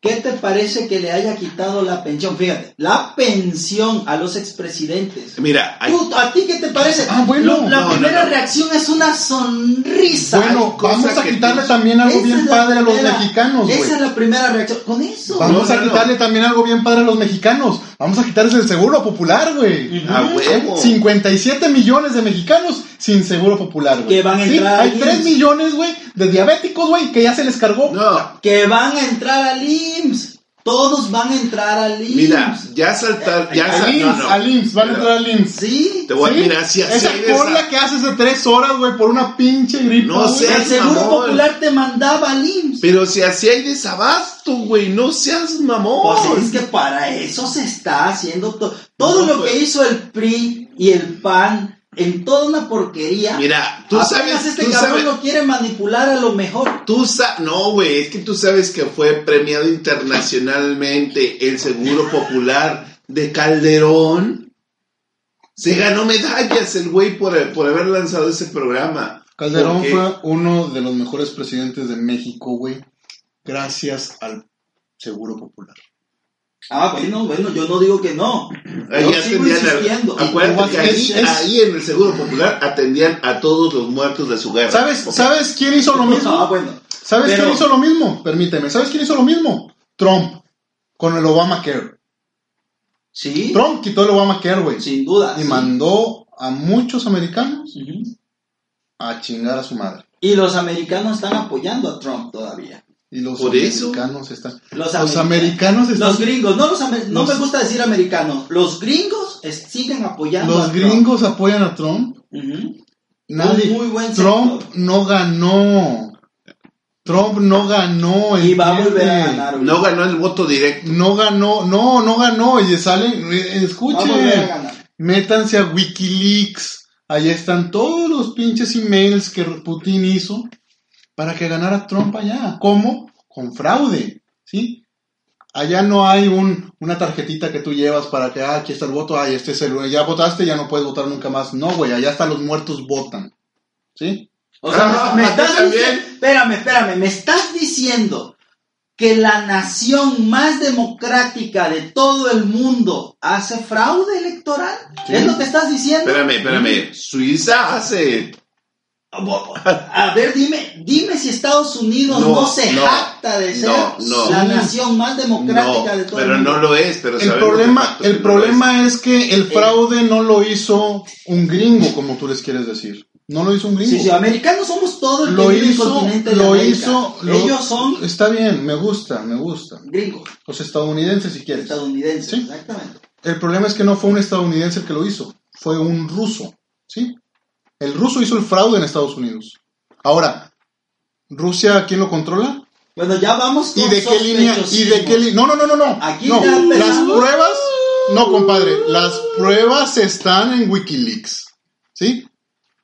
Speaker 4: ¿qué te parece que le haya quitado la pensión? Fíjate, la pensión a los expresidentes.
Speaker 1: Mira, hay-
Speaker 4: Tú, ¿A ti qué te parece?
Speaker 2: Ah, bueno.
Speaker 4: Lo- la
Speaker 1: No, no,
Speaker 4: primera
Speaker 1: no.
Speaker 4: reacción es una sonrisa.
Speaker 2: Bueno,
Speaker 1: cosa
Speaker 2: vamos a
Speaker 1: que
Speaker 2: quitarle
Speaker 1: tú-
Speaker 2: también algo
Speaker 4: Esa es
Speaker 2: bien
Speaker 4: la
Speaker 2: padre a los
Speaker 4: primera-
Speaker 2: mexicanos, güey.
Speaker 4: Esa es la primera reacción. Con eso.
Speaker 1: Va-
Speaker 2: Vamos
Speaker 1: No,
Speaker 2: a
Speaker 1: no,
Speaker 2: quitarle también algo bien padre a los mexicanos. Vamos a quitarles el seguro popular, güey.
Speaker 1: a Ah, huevo.
Speaker 2: 57 millones de mexicanos sin seguro popular, güey.
Speaker 4: Que van a
Speaker 2: Sí,
Speaker 4: entrar
Speaker 2: Hay
Speaker 4: al
Speaker 2: 3
Speaker 4: IMSS.
Speaker 2: millones, güey, de diabéticos, güey, que ya se les cargó.
Speaker 1: No,
Speaker 4: Que van a entrar al IMSS. Todos van a entrar al IMSS.
Speaker 1: mira, ya saltar, ya
Speaker 2: al
Speaker 1: sal-
Speaker 2: IMSS,
Speaker 1: no, no.
Speaker 2: al IMSS, van a
Speaker 1: Mira,
Speaker 2: entrar al IMSS.
Speaker 4: Sí.
Speaker 1: Te voy a
Speaker 2: Sí,
Speaker 1: mira, si así
Speaker 2: Esa
Speaker 1: eres- ah.
Speaker 2: cola que haces de tres horas, güey, por una pinche gripa.
Speaker 1: No
Speaker 2: güey.
Speaker 1: sé.
Speaker 4: El Seguro
Speaker 1: mamón.
Speaker 4: Popular te mandaba al IMSS.
Speaker 1: Pero si así hay desabasto, güey, no seas mamón.
Speaker 4: Pues es que para eso se está haciendo to- todo
Speaker 1: No,
Speaker 4: lo
Speaker 1: pues.
Speaker 4: que hizo el PRI y el PAN en toda una porquería.
Speaker 1: Mira, tú
Speaker 4: Apenas
Speaker 1: sabes,
Speaker 4: este
Speaker 1: tú
Speaker 4: cabrón
Speaker 1: sabes,
Speaker 4: lo quiere manipular a lo mejor.
Speaker 1: tú sa- no, güey, es que tú sabes que fue premiado internacionalmente el Seguro Popular de Calderón. Se ganó medallas el güey por, por haber lanzado ese programa.
Speaker 2: Calderón
Speaker 1: Porque-
Speaker 2: fue uno de los mejores presidentes de México, güey. Gracias al Seguro Popular.
Speaker 4: Ah, bueno, bueno, yo no digo que no.
Speaker 1: Ahí
Speaker 4: Yo
Speaker 1: Eh, ya
Speaker 4: sigo
Speaker 1: atendían a-
Speaker 4: insistiendo.
Speaker 1: acuérdate que ahí,
Speaker 2: Es- es-
Speaker 1: ahí en el Seguro Popular atendían a todos los muertos de su guerra.
Speaker 2: ¿Sabes,
Speaker 1: Porque-
Speaker 2: ¿Sabes quién hizo lo
Speaker 4: Ah,
Speaker 2: mismo?
Speaker 4: bueno.
Speaker 2: ¿Sabes
Speaker 4: Pero-
Speaker 2: quién hizo lo mismo? Permíteme. ¿Sabes quién hizo lo mismo? Trump. Con el Obamacare.
Speaker 4: Sí,
Speaker 2: Trump quitó el Obamacare, güey.
Speaker 4: sin duda.
Speaker 2: Y
Speaker 4: sí.
Speaker 2: mandó a muchos americanos
Speaker 4: Ujú.
Speaker 2: a chingar a su madre.
Speaker 4: Y los americanos están apoyando a Trump todavía.
Speaker 2: Y los
Speaker 1: Por eso.
Speaker 2: americanos están.
Speaker 4: Los,
Speaker 2: Los
Speaker 4: americanos.
Speaker 2: americanos están.
Speaker 4: Los gringos, no, los amer- no
Speaker 2: Los-
Speaker 4: me gusta decir americanos. Los gringos es- siguen apoyando.
Speaker 2: Los
Speaker 4: a Trump.
Speaker 2: gringos apoyan a Trump.
Speaker 4: Ujú.
Speaker 2: Nadie.
Speaker 4: muy buen
Speaker 2: Trump
Speaker 4: sector.
Speaker 2: no ganó. Trump no ganó.
Speaker 4: Y va a volver a
Speaker 2: ¿entiende?
Speaker 4: ganar. güey.
Speaker 1: No ganó el voto directo.
Speaker 2: No ganó, no, no ganó. Y salen,
Speaker 4: Va a volver a
Speaker 2: escuchen,
Speaker 4: ganar.
Speaker 2: métanse a Wikileaks. Allá están todos los pinches emails que Putin hizo para que ganara Trump allá. ¿Cómo? Con fraude, ¿sí? Allá no hay un, una tarjetita que tú llevas para que, ah, aquí está el voto, ah, y este es el, ya votaste, ya no puedes votar nunca más. No, güey, allá hasta los muertos votan, ¿sí?
Speaker 4: O sea,
Speaker 1: Ah,
Speaker 4: me, me
Speaker 1: acá
Speaker 4: estás
Speaker 1: también.
Speaker 4: diciendo, espérame, espérame, me estás diciendo que la nación más democrática de todo el mundo hace fraude electoral.
Speaker 2: Sí.
Speaker 4: ¿Es lo que estás diciendo?
Speaker 1: Espérame, espérame. Suiza hace.
Speaker 4: Ah, A ver, dime, dime si Estados Unidos no,
Speaker 1: No,
Speaker 4: se
Speaker 1: no,
Speaker 4: jacta de ser
Speaker 1: no, no.
Speaker 4: la
Speaker 2: Sí.
Speaker 4: nación más
Speaker 1: No,
Speaker 4: democrática de todo
Speaker 1: pero
Speaker 4: el mundo.
Speaker 1: no lo es. Pero
Speaker 2: El
Speaker 1: sabemos de
Speaker 2: problema,
Speaker 1: facto que
Speaker 2: el
Speaker 1: no lo es.
Speaker 2: problema es que el fraude no lo hizo un gringo, como tú les quieres decir. No lo hizo un gringo.
Speaker 4: Sí, sí, americanos somos todo el que
Speaker 2: lo
Speaker 4: vive en el
Speaker 2: hizo,
Speaker 4: continente de
Speaker 2: lo
Speaker 4: América.
Speaker 2: hizo. lo-
Speaker 4: Ellos son
Speaker 2: Está bien, me gusta, me gusta.
Speaker 4: gringos,
Speaker 2: Los estadounidenses, si quieres.
Speaker 4: estadounidenses,
Speaker 2: Sí.
Speaker 4: exactamente.
Speaker 2: El problema es que no fue un estadounidense el que lo hizo, fue un ruso, ¿sí? El ruso hizo el fraude en Estados Unidos. Ahora, ¿Rusia quién lo controla?
Speaker 4: Bueno, ya vamos con
Speaker 2: ¿Y de qué línea? ¿Y de qué li- No, no, no, no, no.
Speaker 4: Aquí
Speaker 2: no.
Speaker 4: ya empezamos.
Speaker 2: Las pruebas, no, compadre, las pruebas están en Wikileaks. ¿Sí?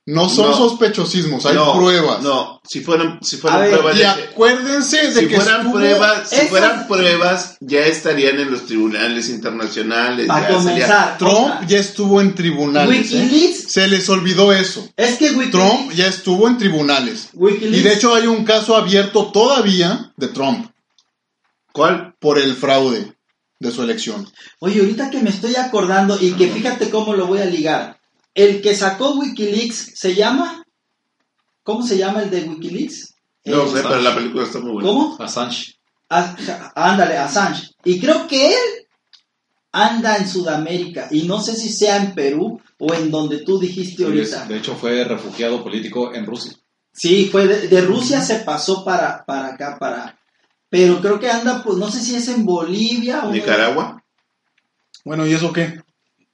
Speaker 2: No son
Speaker 1: No.
Speaker 2: sospechosismos, hay
Speaker 1: No,
Speaker 2: pruebas.
Speaker 1: No, si fueran, si
Speaker 4: A
Speaker 1: fueran
Speaker 4: ver,
Speaker 1: pruebas.
Speaker 2: Y
Speaker 1: de-
Speaker 2: acuérdense de
Speaker 1: si
Speaker 2: que
Speaker 1: fueran
Speaker 2: estuvo-
Speaker 1: pruebas, si
Speaker 4: esas-
Speaker 1: fueran pruebas, ya estarían en los tribunales internacionales.
Speaker 4: Para
Speaker 1: ya sería-
Speaker 4: comenzar,
Speaker 2: Trump
Speaker 4: o sea,
Speaker 2: ya estuvo en tribunales. ¿eh?
Speaker 4: Wikileaks.
Speaker 2: Se les olvidó eso.
Speaker 4: es que Wikileaks,
Speaker 2: Trump ya estuvo en tribunales.
Speaker 4: Wikileaks-
Speaker 2: Y de hecho hay un caso abierto todavía de Trump
Speaker 1: ¿Cuál?
Speaker 2: por el fraude de su elección.
Speaker 4: Oye, ahorita que me estoy acordando y que fíjate cómo lo voy a ligar. El que sacó Wikileaks se llama. ¿Cómo se llama el de Wikileaks?
Speaker 1: No
Speaker 4: Eh,
Speaker 1: sé, pero la película está muy buena.
Speaker 4: ¿Cómo?
Speaker 5: Assange.
Speaker 4: Ah, ándale, Assange. Y creo que él anda en Sudamérica. Y no sé si sea en Perú o en donde tú dijiste ahorita.
Speaker 5: De hecho, fue refugiado político en Rusia.
Speaker 4: Sí, fue de, de Rusia se pasó para, para acá, para. Pero creo que anda, pues no sé si es en Bolivia o.
Speaker 1: ¿Nicaragua?
Speaker 2: Bueno, ¿y eso qué?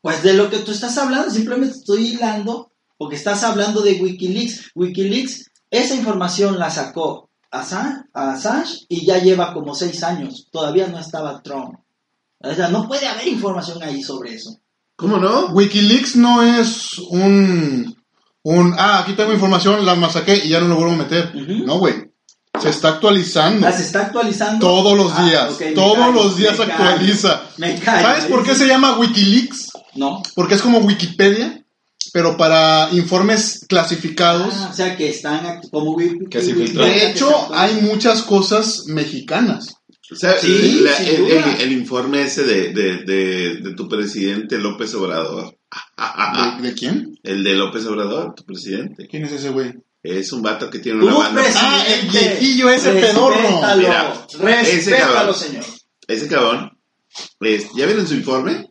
Speaker 4: Pues de lo que tú estás hablando, simplemente estoy hilando, porque estás hablando de Wikileaks. Wikileaks, esa información la sacó Assange, Assange y ya lleva como seis años. Todavía no estaba Trump. O sea, no puede haber información ahí sobre eso.
Speaker 1: ¿Cómo no?
Speaker 2: Wikileaks no es un, un, ah, aquí tengo información, la masaqué y ya no lo vuelvo a meter.
Speaker 4: Ujú.
Speaker 2: No, güey. Se está actualizando
Speaker 4: Ah, se está actualizando.
Speaker 2: todos los
Speaker 4: Ah,
Speaker 2: días.
Speaker 4: ok, me
Speaker 2: todos
Speaker 4: callo,
Speaker 2: los días
Speaker 4: me
Speaker 2: actualiza.
Speaker 4: callo, Me callo.
Speaker 2: ¿Sabes por qué se llama Wikileaks?
Speaker 4: No.
Speaker 2: Porque es como Wikipedia, pero para informes clasificados.
Speaker 4: Ah, o sea, que están act- como Wikileaks.
Speaker 5: Que se filtró.
Speaker 2: De
Speaker 4: Wikileaks, que se
Speaker 2: hecho,
Speaker 4: actualiza.
Speaker 2: hay muchas cosas mexicanas.
Speaker 1: O sea,
Speaker 4: Sí,
Speaker 1: la-
Speaker 4: sin
Speaker 1: el,
Speaker 4: duda.
Speaker 1: el- el informe ese de, de- de- de tu presidente López Obrador.
Speaker 2: ¿De, de quién?
Speaker 1: El de López Obrador, tu presidente.
Speaker 2: ¿Quién es ese güey?
Speaker 1: Es un vato que tiene una
Speaker 4: Un
Speaker 1: banda.
Speaker 4: presidente.
Speaker 2: Ah, el viejillo ese pedorro.
Speaker 4: Respétalo,
Speaker 1: Mira, ese
Speaker 4: respétalo,
Speaker 1: cabrón.
Speaker 4: señor.
Speaker 1: Ese cabrón, es- ¿ya vieron su informe?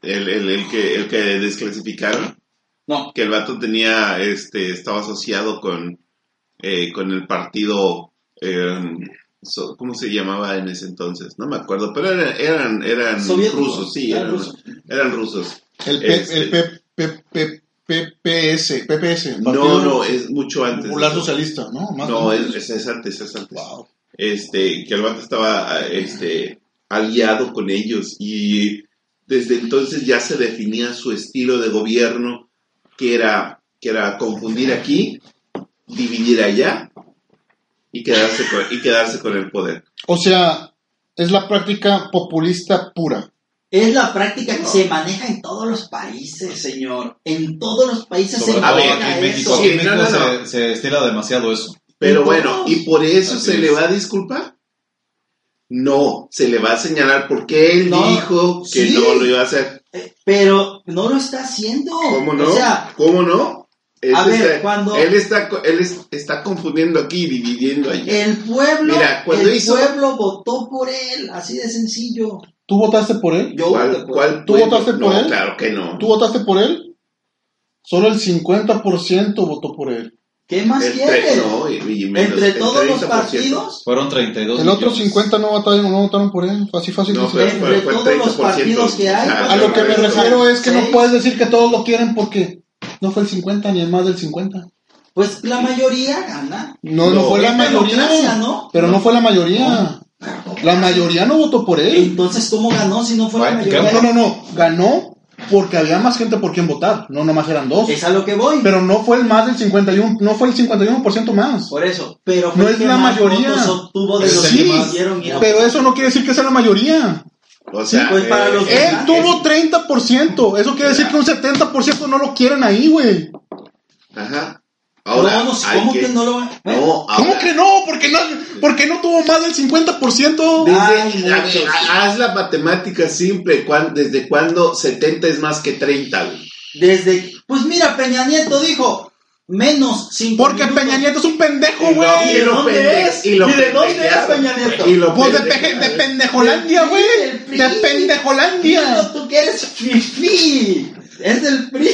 Speaker 1: El, el- el que, el que desclasificaron,
Speaker 4: No.
Speaker 1: que el vato tenía, este, estaba asociado con, eh, con el partido, eh, so- ¿cómo se llamaba en ese entonces? No me acuerdo, pero era- eran, eran,
Speaker 4: Soviético.
Speaker 1: rusos, sí,
Speaker 4: Eran
Speaker 1: eran,
Speaker 4: rusos.
Speaker 1: eran rusos.
Speaker 2: El, P-
Speaker 1: Este.
Speaker 2: el P- P- P- PPS, PPS.
Speaker 1: No, no, es mucho antes.
Speaker 2: Popular Socialista, ¿no? Más o
Speaker 1: No,
Speaker 2: menos.
Speaker 1: es, es- es antes, es antes.
Speaker 2: Wow.
Speaker 1: este, que el vato estaba ah, este, aliado con ellos y desde entonces ya se definía su estilo de gobierno que era, que era confundir aquí, dividir allá y quedarse con, y quedarse con el poder.
Speaker 2: O sea, es la práctica populista pura.
Speaker 4: Es la práctica que se maneja en todos los países, señor. En todos los países
Speaker 5: Sobre
Speaker 4: se
Speaker 5: todo
Speaker 1: A ver,
Speaker 4: maneja
Speaker 5: aquí en México.
Speaker 4: eso.
Speaker 1: Sí,
Speaker 5: Aquí en
Speaker 1: no,
Speaker 5: México
Speaker 1: no,
Speaker 5: se, se estila demasiado eso.
Speaker 1: Pero
Speaker 4: ¿Y
Speaker 1: bueno,
Speaker 4: todos?
Speaker 1: ¿y por eso
Speaker 5: Así
Speaker 1: se
Speaker 5: es.
Speaker 1: le va a disculpar? No, se le va a señalar porque él
Speaker 4: No,
Speaker 1: dijo que
Speaker 4: sí.
Speaker 1: no lo iba a hacer.
Speaker 4: Eh, Pero no lo está haciendo.
Speaker 1: ¿Cómo no?
Speaker 4: O sea,
Speaker 1: ¿Cómo no? Él,
Speaker 4: A ver,
Speaker 1: está,
Speaker 4: cuando-
Speaker 1: él, está, co- él es- está confundiendo aquí y dividiendo allá.
Speaker 4: el pueblo,
Speaker 1: Mira, cuando
Speaker 4: el
Speaker 1: hizo-
Speaker 4: pueblo votó por él, así de sencillo.
Speaker 2: ¿Tú votaste por él?
Speaker 4: Yo voté
Speaker 1: ¿Cuál,
Speaker 4: por él.
Speaker 1: cuál
Speaker 2: ¿Tú
Speaker 1: pueblo?
Speaker 2: votaste por
Speaker 1: No,
Speaker 2: él?
Speaker 1: Claro que no.
Speaker 2: ¿Tú votaste por él? Solo el 50% votó por él.
Speaker 4: ¿Qué más
Speaker 1: Entre,
Speaker 4: quieres?
Speaker 1: no, y- y menos,
Speaker 4: Entre
Speaker 1: el
Speaker 4: todos los
Speaker 1: 30%.
Speaker 4: partidos,
Speaker 5: Fueron 32
Speaker 2: El otro
Speaker 5: millones.
Speaker 2: 50 no votaron, no votaron por él. Así fácil.
Speaker 1: No,
Speaker 2: dice.
Speaker 1: pero
Speaker 4: Entre
Speaker 1: fue, fue
Speaker 4: todos
Speaker 1: 30%.
Speaker 4: los partidos que hay,
Speaker 1: Ah,
Speaker 2: a lo que me
Speaker 1: pero-
Speaker 2: refiero es que no
Speaker 4: Sí.
Speaker 2: puedes decir que todos lo quieren porque no fue el 50 ni el más del 50.
Speaker 4: pues la mayoría gana.
Speaker 2: No, no,
Speaker 1: No.
Speaker 2: fue la
Speaker 1: Es
Speaker 2: mayoría.
Speaker 4: democracia, ¿no?
Speaker 2: Pero no fue la mayoría. La mayoría no votó por él.
Speaker 4: Entonces, ¿cómo ganó si no fue la
Speaker 5: Bueno,
Speaker 4: mayoría?
Speaker 2: No, no, no. Ganó porque había más gente por quien votar. No, nomás eran dos.
Speaker 4: Es a lo que voy.
Speaker 2: Pero no fue el más del 51, no fue el 51% más.
Speaker 4: Por eso. Pero
Speaker 2: No
Speaker 4: fue el
Speaker 2: es
Speaker 4: que
Speaker 2: la
Speaker 4: más
Speaker 2: mayoría.
Speaker 4: votos obtuvo de
Speaker 5: Pero
Speaker 4: los
Speaker 5: sí,
Speaker 4: que más dieron y-
Speaker 2: Pero eso no quiere decir que sea la mayoría.
Speaker 1: O sea, eh,
Speaker 4: pues para los que
Speaker 2: Él tuvo 30%. Eso quiere decir que un 70% no lo quieren ahí, güey.
Speaker 1: Ajá. Ahora,
Speaker 4: No, no,
Speaker 1: hay
Speaker 4: ¿Cómo que no lo va- ¿Eh?
Speaker 1: No, ahora-
Speaker 2: ¿Cómo que no? Porque no, porque no tuvo más del 50%.
Speaker 1: Desde-
Speaker 4: Ay,
Speaker 1: a-
Speaker 4: muchos.
Speaker 1: a- haz la matemática simple. ¿cuán- ¿Desde cuándo 70 es más que 30? güey?
Speaker 4: Desde. Pues mira, Peña Nieto dijo menos 5.
Speaker 2: Porque Peña Nieto es un pendejo,
Speaker 1: Y
Speaker 2: güey.
Speaker 1: lo
Speaker 4: dónde
Speaker 1: pende-
Speaker 4: es?
Speaker 1: y lo
Speaker 4: ¿Y de dónde es
Speaker 1: pendejearon.
Speaker 4: Peña Nieto?
Speaker 1: Y lo
Speaker 2: Pues de, peje-
Speaker 1: pendejearon.
Speaker 2: de pendejolandia, güey.
Speaker 4: Del PRI.
Speaker 2: De pendejolandia.
Speaker 4: tú que eres fifí. Es del PRI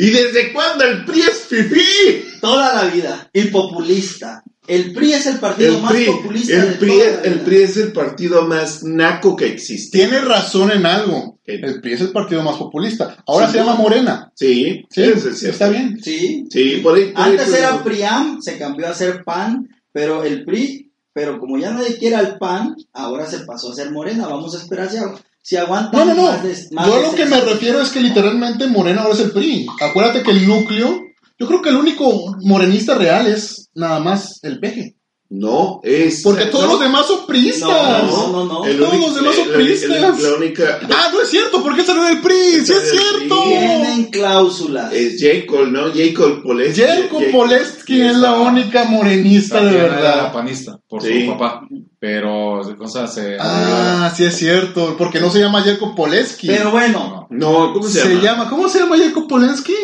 Speaker 1: ¿Y desde cuándo el PRI es fifí?
Speaker 4: toda la vida. Y populista. El PRI es el partido
Speaker 1: El
Speaker 4: más
Speaker 1: PRI,
Speaker 4: populista de
Speaker 1: el, PRI
Speaker 4: toda
Speaker 1: es,
Speaker 4: la
Speaker 1: el
Speaker 4: vida.
Speaker 1: PRI es el partido más naco que existe.
Speaker 2: Tiene razón en algo.
Speaker 1: El-
Speaker 2: El PRI es el partido más populista. Ahora
Speaker 1: Sí.
Speaker 2: se llama Morena.
Speaker 1: Sí,
Speaker 2: Sí,
Speaker 1: eso es cierto.
Speaker 2: está bien.
Speaker 4: Sí.
Speaker 1: Sí, por ahí- por ahí-
Speaker 4: Antes
Speaker 1: por ahí-
Speaker 4: era PRIAM, se cambió a ser PAN, pero el PRI, pero como ya nadie quiere al PAN, ahora se pasó a ser Morena. Vamos a esperar si, agu- si aguanta
Speaker 2: No, no, no.
Speaker 4: más de- más
Speaker 2: Yo
Speaker 4: de
Speaker 2: lo que
Speaker 4: seis
Speaker 2: me
Speaker 4: años.
Speaker 2: refiero es que literalmente Morena ahora es el PRI. Acuérdate que el núcleo, yo creo que el único morenista real es nada más el peje.
Speaker 1: No, es.
Speaker 2: Porque todos
Speaker 1: no,
Speaker 2: los demás son priistas.
Speaker 4: No, no, no.
Speaker 1: el
Speaker 2: todos
Speaker 1: único-
Speaker 2: los demás son
Speaker 1: el- el- el-
Speaker 2: priistas.
Speaker 1: La única.
Speaker 2: Ah, no es cierto, porque salió del PRI, sí es
Speaker 1: Del PRI.
Speaker 2: cierto.
Speaker 4: Tienen cláusulas.
Speaker 1: Es J. Cole, ¿no? J. Cole Poleski.
Speaker 2: Jelko
Speaker 1: J.
Speaker 2: Poleski es la única morenista de
Speaker 5: Tatiana era la
Speaker 2: verdad.
Speaker 5: panista por
Speaker 1: Sí.
Speaker 5: su papá. Pero, o sea, se.
Speaker 2: Ah, sí es cierto, porque no se llama Jelko Poleski.
Speaker 4: Pero bueno,
Speaker 5: No.
Speaker 1: No, ¿cómo se,
Speaker 2: se
Speaker 1: llama?
Speaker 2: llama, ¿cómo se llama Jelko Poleski?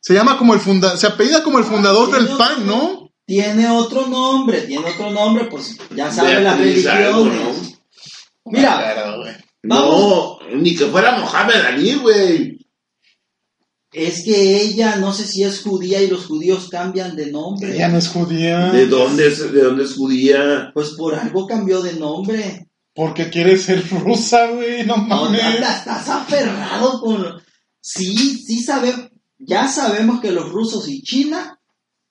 Speaker 2: Se llama como el funda, se apellida como el fundador
Speaker 4: sí,
Speaker 2: del
Speaker 4: no,
Speaker 2: PAN,
Speaker 4: no.
Speaker 2: ¿no?
Speaker 4: tiene otro nombre, tiene otro nombre, pues ya sabe
Speaker 1: De
Speaker 4: las
Speaker 1: Aquiles algo,
Speaker 4: religiones. Mira,
Speaker 1: No, ni que fuera Mohamed Ali, güey.
Speaker 4: es que ella no sé si es judía y los judíos cambian de nombre.
Speaker 2: Ella no es judía.
Speaker 1: ¿De dónde es, de dónde es judía?
Speaker 4: Pues por algo cambió de nombre.
Speaker 2: Porque quiere ser rusa, güey. No
Speaker 4: No,
Speaker 2: mames.
Speaker 4: anda, estás aferrado con. Sí, sí sabemos. Ya sabemos que los rusos y China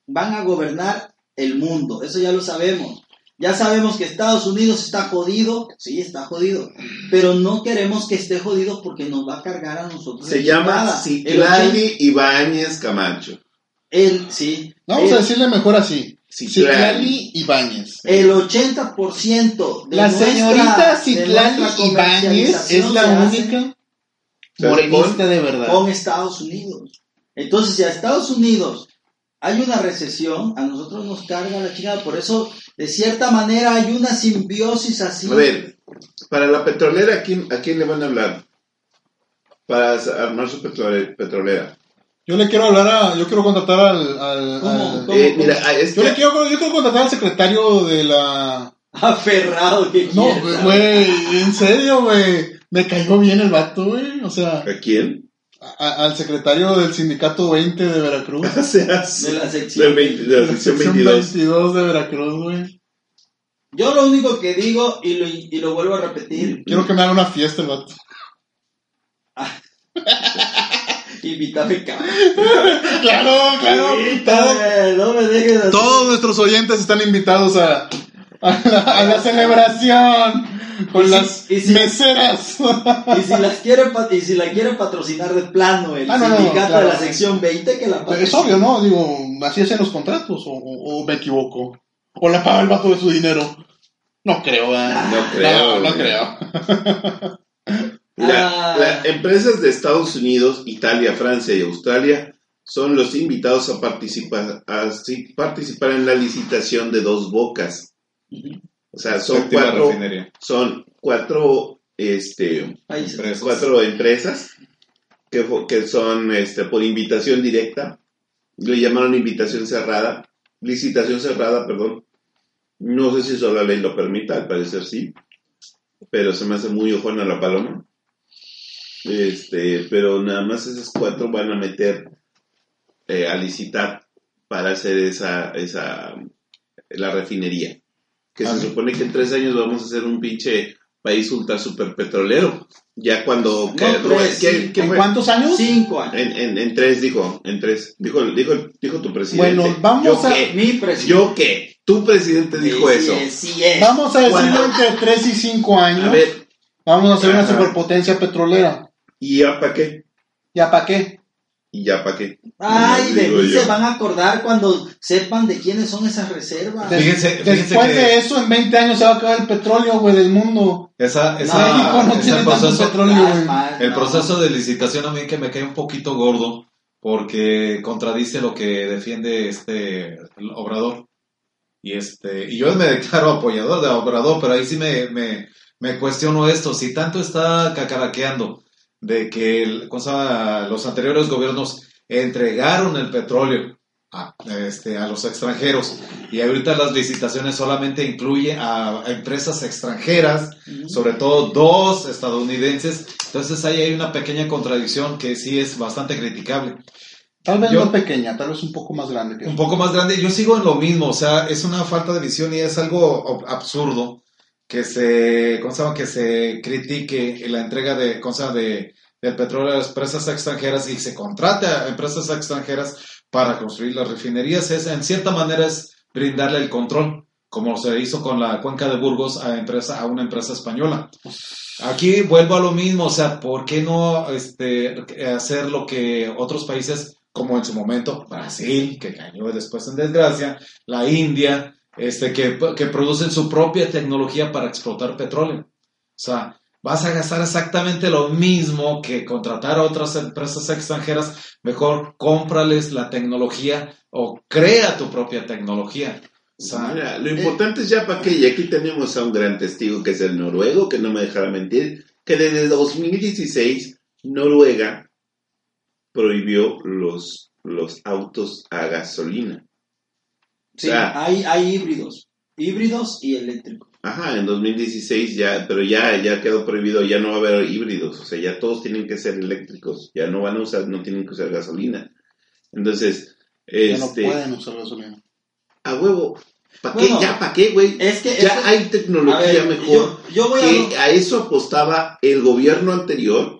Speaker 4: van a gobernar el mundo. Eso ya lo sabemos. Ya sabemos que Estados Unidos está jodido. Sí, está jodido. Pero no queremos que esté jodido porque nos va a cargar a nosotros.
Speaker 1: Se
Speaker 4: la
Speaker 1: llama
Speaker 4: chingada. El
Speaker 1: Citlali Ibáñez Camacho.
Speaker 4: El, sí.
Speaker 2: Vamos
Speaker 4: el,
Speaker 2: a decirle mejor así.
Speaker 1: Citlali.
Speaker 2: Citlali Ibáñez.
Speaker 4: El 80% de
Speaker 2: La
Speaker 4: nuestra-
Speaker 2: señorita
Speaker 4: de
Speaker 2: Citlali
Speaker 4: nuestra
Speaker 2: Ibáñez es
Speaker 4: comercialización
Speaker 2: la
Speaker 4: se hace
Speaker 2: única
Speaker 1: Pero
Speaker 2: morenista de verdad.
Speaker 4: con Estados Unidos. Entonces, si a Estados Unidos hay una recesión, a nosotros nos carga la chingada. Por eso, de cierta manera, hay una simbiosis así.
Speaker 1: A ver, para la petrolera, ¿a quién, a quién le van a hablar? Para armar su petrole- petrolera.
Speaker 2: Yo le quiero hablar a. Yo quiero contratar al. al-
Speaker 4: ¿Cómo?
Speaker 2: al-
Speaker 4: ¿Cómo?
Speaker 1: Eh, mira, ah, es
Speaker 2: yo le
Speaker 1: que,
Speaker 2: quiero, yo quiero contratar al secretario de la.
Speaker 4: Aferrado que
Speaker 2: No, pues,
Speaker 4: quiere, ¿sabes?
Speaker 2: güey, en serio, güey. Me cayó bien el vato, güey. O sea,
Speaker 1: ¿A quién?
Speaker 2: a- a- al secretario del Sindicato 20 de Veracruz.
Speaker 1: O sea, sí,
Speaker 4: De la
Speaker 1: del
Speaker 4: sección.
Speaker 1: 20 de la sección 22.
Speaker 2: 22 de Veracruz, güey.
Speaker 4: Yo lo único que digo, y lo, y lo vuelvo a repetir,
Speaker 1: Mm.
Speaker 2: Quiero que me haga una fiesta el vato.
Speaker 4: invítame cabrón.
Speaker 2: Claro, claro. Todo-
Speaker 4: Invítame, no me dejes así.
Speaker 2: todos nuestros oyentes están invitados a, a la, a la celebración
Speaker 4: Y
Speaker 2: con
Speaker 4: si-
Speaker 2: las
Speaker 4: y si-
Speaker 2: meseras.
Speaker 4: Y si, las quiere, pa- y si la quiere patrocinar de plano el
Speaker 2: Ah, no, no,
Speaker 4: sindicato
Speaker 2: claro.
Speaker 4: de la sección 20, que la
Speaker 2: Es
Speaker 4: patrocine.
Speaker 2: obvio, ¿no? Digo, así es en los contratos, o, o- o me equivoco. O la paga el vato de su dinero. No creo, ¿verdad?
Speaker 1: No creo.
Speaker 2: No, no
Speaker 1: güey.
Speaker 2: creo.
Speaker 1: La-
Speaker 4: Ah.
Speaker 1: Las empresas de Estados Unidos, Italia, Francia y Australia son los invitados a participar, a si- participar en la licitación de dos bocas. O sea, son
Speaker 5: Séptima
Speaker 1: cuatro,
Speaker 5: refinería.
Speaker 1: son cuatro, este,
Speaker 4: Países.
Speaker 5: Empresas.
Speaker 1: cuatro empresas que, fo- que son este, por invitación directa, le llamaron invitación cerrada, licitación cerrada, perdón. No sé si solo la ley lo permita, al parecer sí, pero se me hace muy ojona la paloma. Este, pero nada más esas cuatro van a meter eh, a licitar para hacer esa, esa, la refinería. Que
Speaker 5: Ah,
Speaker 1: se
Speaker 5: sí.
Speaker 1: supone que en tres años vamos a ser un pinche país ultra super petrolero. Ya cuando... que-
Speaker 4: tres,
Speaker 1: ¿qué-
Speaker 4: sí.
Speaker 1: qué
Speaker 6: ¿En
Speaker 1: fue?
Speaker 6: cuántos años?
Speaker 4: Cinco años.
Speaker 1: En, en, en tres, dijo, en tres. Dijo, dijo, dijo tu presidente.
Speaker 6: Bueno, vamos
Speaker 1: ¿Yo
Speaker 6: a-
Speaker 1: Qué?
Speaker 4: Mi presidente.
Speaker 1: Eh, ¿Yo qué? Tu presidente dijo
Speaker 4: Sí,
Speaker 1: eso.
Speaker 4: es, sí es.
Speaker 6: Vamos a decirlo
Speaker 1: Bueno.
Speaker 6: entre 3 y 5
Speaker 1: A
Speaker 6: años.
Speaker 1: ver,
Speaker 6: Vamos a hacer una
Speaker 1: Ajá.
Speaker 6: superpotencia petrolera.
Speaker 1: ¿y ya para qué?
Speaker 6: ¿Ya para qué?
Speaker 1: ¿Y ya para qué?
Speaker 4: Ay,
Speaker 1: No
Speaker 4: de
Speaker 1: digo
Speaker 4: mí
Speaker 1: yo.
Speaker 4: se van a acordar cuando sepan de quiénes son esas reservas.
Speaker 6: Des-
Speaker 5: Fíjense- fíjense
Speaker 6: después
Speaker 5: que-
Speaker 6: de eso, en 20 años se va a acabar el petróleo, güey, del mundo.
Speaker 5: Esa, esa,
Speaker 6: México no
Speaker 5: ese
Speaker 6: tiene tanto
Speaker 5: proceso-
Speaker 6: petróleo,
Speaker 4: Ay,
Speaker 6: güey.
Speaker 4: mal,
Speaker 5: El
Speaker 4: no.
Speaker 5: proceso de licitación a mí que me cae un poquito gordo porque contradice lo que defiende este el Obrador. Y este y yo me declaro apoyador de Obrador, pero ahí sí me, me, me cuestiono esto. Si tanto está cacaraqueando de que el- ¿cómo se llama? los anteriores gobiernos entregaron el petróleo a, este, a los extranjeros y ahorita las licitaciones solamente incluye a- a empresas extranjeras
Speaker 4: Ujú.
Speaker 5: sobre todo dos estadounidenses. Entonces ahí hay una pequeña contradicción que sí es bastante criticable.
Speaker 6: Tal vez
Speaker 5: Yo-
Speaker 6: no pequeña, tal vez un poco más grande. que
Speaker 5: Un poco más grande, yo sigo en lo mismo, o sea, es una falta de visión y es algo ob- absurdo que se, ¿cómo se llama? Que se critique la entrega de, ¿cómo se llama? De, del petróleo a las empresas extranjeras y se contrate a empresas extranjeras para construir las refinerías. Es, en cierta manera es brindarle el control, como se hizo con la cuenca de Burgos a, empresa, a una empresa española. Aquí vuelvo a lo mismo, o sea, ¿por qué no este, hacer lo que otros países, como en su momento Brasil, que cayó después en desgracia, la India, este, que, que producen su propia tecnología para explotar petróleo? O sea, vas a gastar exactamente lo mismo que contratar a otras empresas extranjeras, mejor cómprales la tecnología o crea tu propia tecnología. O sea,
Speaker 1: Pues Mira,
Speaker 4: Eh,
Speaker 1: lo importante es ya para qué. Y aquí tenemos a un gran testigo que es el noruego, que no me dejará mentir, que desde 2016 Noruega prohibió los, los autos a gasolina.
Speaker 4: Sí,
Speaker 1: o sea-
Speaker 4: hay, hay híbridos. Híbridos y eléctricos.
Speaker 1: Ajá, en 2016 ya, pero ya, ya quedó prohibido, ya no va a haber híbridos, o sea, ya todos tienen que ser eléctricos, ya no van a usar, no tienen que usar gasolina. Entonces,
Speaker 6: Ya no
Speaker 1: este,
Speaker 6: pueden usar gasolina.
Speaker 1: a huevo, ¿para qué?
Speaker 4: Bueno,
Speaker 1: ya, ¿para qué, güey?
Speaker 4: Es que
Speaker 1: Ya
Speaker 4: eso-
Speaker 1: hay
Speaker 4: a
Speaker 1: tecnología
Speaker 4: ver,
Speaker 1: mejor.
Speaker 4: Yo, yo voy
Speaker 1: que
Speaker 4: a.
Speaker 1: a eso apostaba el gobierno anterior.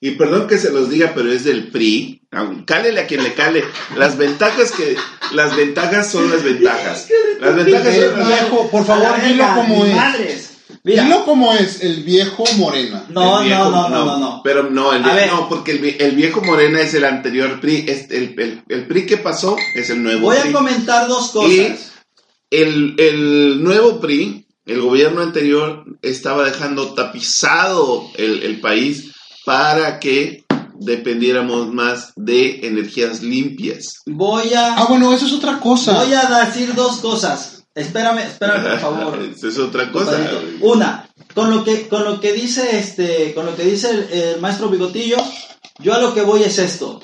Speaker 1: Y perdón que se los diga, pero es del PRI. Aun- Cálele a quien le cale. Las ventajas que las ventajas son las ventajas. Las ventajas
Speaker 6: Eh,
Speaker 1: son las ventajas.
Speaker 6: viejo, por favor,
Speaker 4: a
Speaker 6: dilo
Speaker 4: la
Speaker 6: como es.
Speaker 4: madres. Mira,
Speaker 6: Dilo como es, el viejo morena.
Speaker 4: no,
Speaker 1: El viejo-
Speaker 4: no, no, no, no, no.
Speaker 1: Pero no, el
Speaker 4: A
Speaker 1: viejo,
Speaker 4: ver.
Speaker 1: no, porque el, vie- el viejo Morena es el anterior PRI. Es el, el- el PRI que pasó es el nuevo
Speaker 4: Voy a
Speaker 1: PRI.
Speaker 4: comentar dos cosas.
Speaker 1: Y- el, el nuevo PRI, el gobierno anterior, estaba dejando tapizado el, el país para que dependiéramos más de energías limpias.
Speaker 4: Voy a.
Speaker 6: Ah, bueno, eso es otra cosa.
Speaker 4: Voy a decir dos cosas. Espérame, espérame, por favor.
Speaker 1: Esa Ah, es otra cosa.
Speaker 4: Compadrito. Una, con lo que, con lo que dice este, con lo que dice el, el maestro Bigotillo, yo a lo que voy es esto.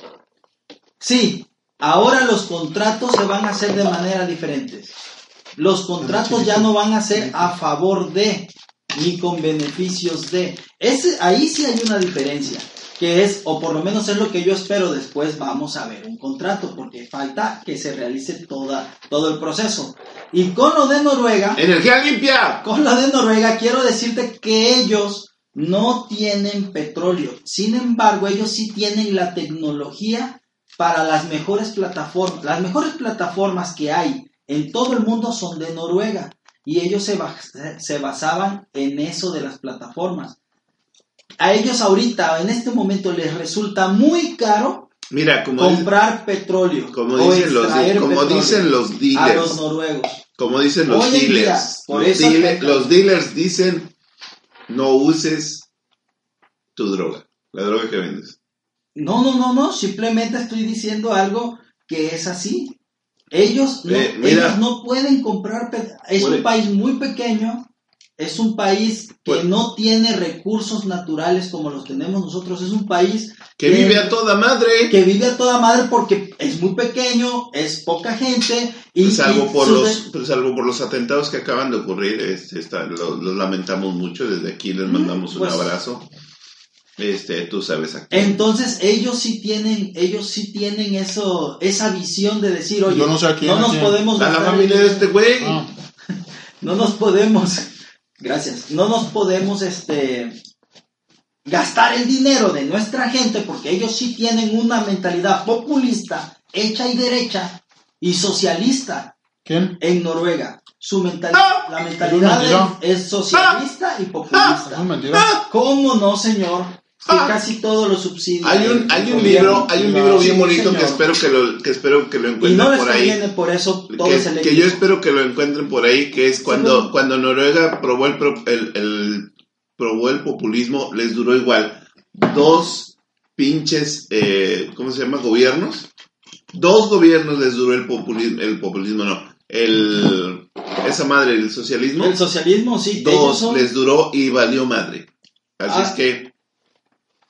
Speaker 4: Sí, ahora los contratos se van a hacer de manera diferente. Los contratos ya no van a ser a favor de, ni con beneficios de. Ese, ahí sí hay una diferencia, que es, o por lo menos es lo que yo espero, después vamos a ver un contrato, porque falta que se realice toda, todo el proceso. Y con lo de Noruega...
Speaker 1: ¡Energía limpia!
Speaker 4: Con lo de Noruega, quiero decirte que ellos no tienen petróleo. Sin embargo, ellos sí tienen la tecnología para las mejores plataformas. Las mejores plataformas que hay en todo el mundo son de Noruega. Y ellos se, bas- se basaban en eso de las plataformas. A ellos ahorita, en este momento, les resulta muy caro
Speaker 1: Mira, como, dice-
Speaker 4: comprar petróleo.
Speaker 1: como
Speaker 4: o
Speaker 1: dicen, los,
Speaker 4: extraer
Speaker 1: como
Speaker 4: petróleo
Speaker 1: dicen los
Speaker 4: a
Speaker 1: dealers.
Speaker 4: los noruegos.
Speaker 1: Como dicen los
Speaker 4: Hoy en
Speaker 1: dealers.
Speaker 4: día, por
Speaker 1: los,
Speaker 4: eso
Speaker 1: dealer-
Speaker 4: afecta.
Speaker 1: los dealers dicen, no uses tu droga, la droga que vendes.
Speaker 4: No, no, no, no, simplemente estoy diciendo algo que es así. Ellos no,
Speaker 1: Eh, mira.
Speaker 4: ellos no pueden comprar, pe- es
Speaker 1: Puede.
Speaker 4: un país muy pequeño, es un país que
Speaker 1: Puede.
Speaker 4: no tiene recursos naturales como los tenemos nosotros, es un país
Speaker 1: Que
Speaker 4: Eh,
Speaker 1: vive a toda madre.
Speaker 4: que vive a toda madre porque es muy pequeño, es poca gente y
Speaker 1: salvo
Speaker 4: y
Speaker 1: por
Speaker 4: su-
Speaker 1: los pues, salvo por los atentados que acaban de
Speaker 4: Mm,
Speaker 1: ocurrir este, está- lo- los lamentamos mucho desde aquí les mandamos un
Speaker 4: Pues-
Speaker 1: abrazo Este, tú sabes aquí.
Speaker 4: Entonces ellos sí tienen, ellos sí tienen eso, esa visión de decir, oye,
Speaker 6: Yo no sé a quién, a
Speaker 4: nos
Speaker 6: quién.
Speaker 4: podemos
Speaker 1: A la
Speaker 4: gastar el
Speaker 1: familia de
Speaker 4: dinero".
Speaker 1: este güey.
Speaker 6: Ah,
Speaker 4: no nos podemos, gracias, no nos podemos este gastar el dinero de nuestra gente porque ellos sí tienen una mentalidad populista, hecha y derecha y socialista
Speaker 6: ¿Quién?
Speaker 4: en Noruega. Su mentalidad, la mentalidad
Speaker 6: mentira.
Speaker 4: es, es socialista y
Speaker 6: Es
Speaker 4: populista.
Speaker 6: un mentira.
Speaker 4: ¿Cómo no, señor? Si
Speaker 1: Ah.
Speaker 4: casi todos los subsidios.
Speaker 1: Hay un, hay un libro,
Speaker 4: del gobierno.
Speaker 1: hay un libro bien
Speaker 4: Sí,
Speaker 1: bonito que
Speaker 4: señor.
Speaker 1: espero que lo, que espero que lo
Speaker 4: Y no
Speaker 1: encuentren
Speaker 4: les
Speaker 1: por ahí.
Speaker 4: conviene, por eso todo se
Speaker 1: que,
Speaker 4: le
Speaker 1: que yo espero que lo encuentren por ahí, que es cuando, cuando Noruega probó el, pro- el, el- probó el populismo, les duró igual dos pinches, eh, ¿cómo se llama? Gobiernos. Dos gobiernos les duró el populismo, el populismo no, el, esa madre, el socialismo.
Speaker 4: El socialismo, sí. ellos
Speaker 1: dos
Speaker 4: son-
Speaker 1: les duró y valió madre. Así
Speaker 4: Ah.
Speaker 1: es que,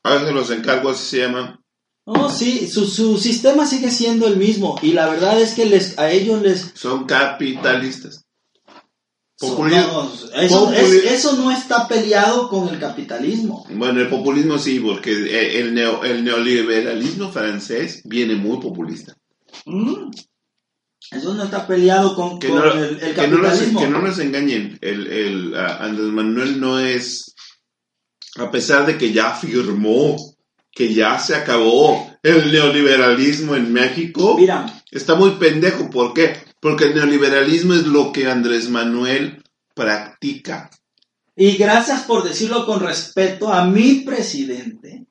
Speaker 1: a veces los encargo, así se llama.
Speaker 4: No, sí, su, su sistema sigue siendo el mismo. Y la verdad es que les, a ellos les...
Speaker 1: Son capitalistas.
Speaker 4: no,
Speaker 1: Populismo.
Speaker 4: eso,
Speaker 1: Populi-
Speaker 4: es- eso no está peleado con el capitalismo.
Speaker 1: Bueno, el populismo sí, porque eh, el, neo- el neoliberalismo francés viene muy populista.
Speaker 4: Mm. Eso no está peleado con,
Speaker 1: Que
Speaker 4: con
Speaker 1: no,
Speaker 4: el, el
Speaker 1: que no nos,
Speaker 4: capitalismo.
Speaker 1: que no nos engañen, el, el, ah, Andrés Manuel no es, a pesar de que ya firmó, que ya se acabó el neoliberalismo en México,
Speaker 4: Mira,
Speaker 1: está muy pendejo. ¿Por qué? Porque el neoliberalismo es lo que Andrés Manuel practica.
Speaker 4: y gracias por decirlo con respeto a mi presidente.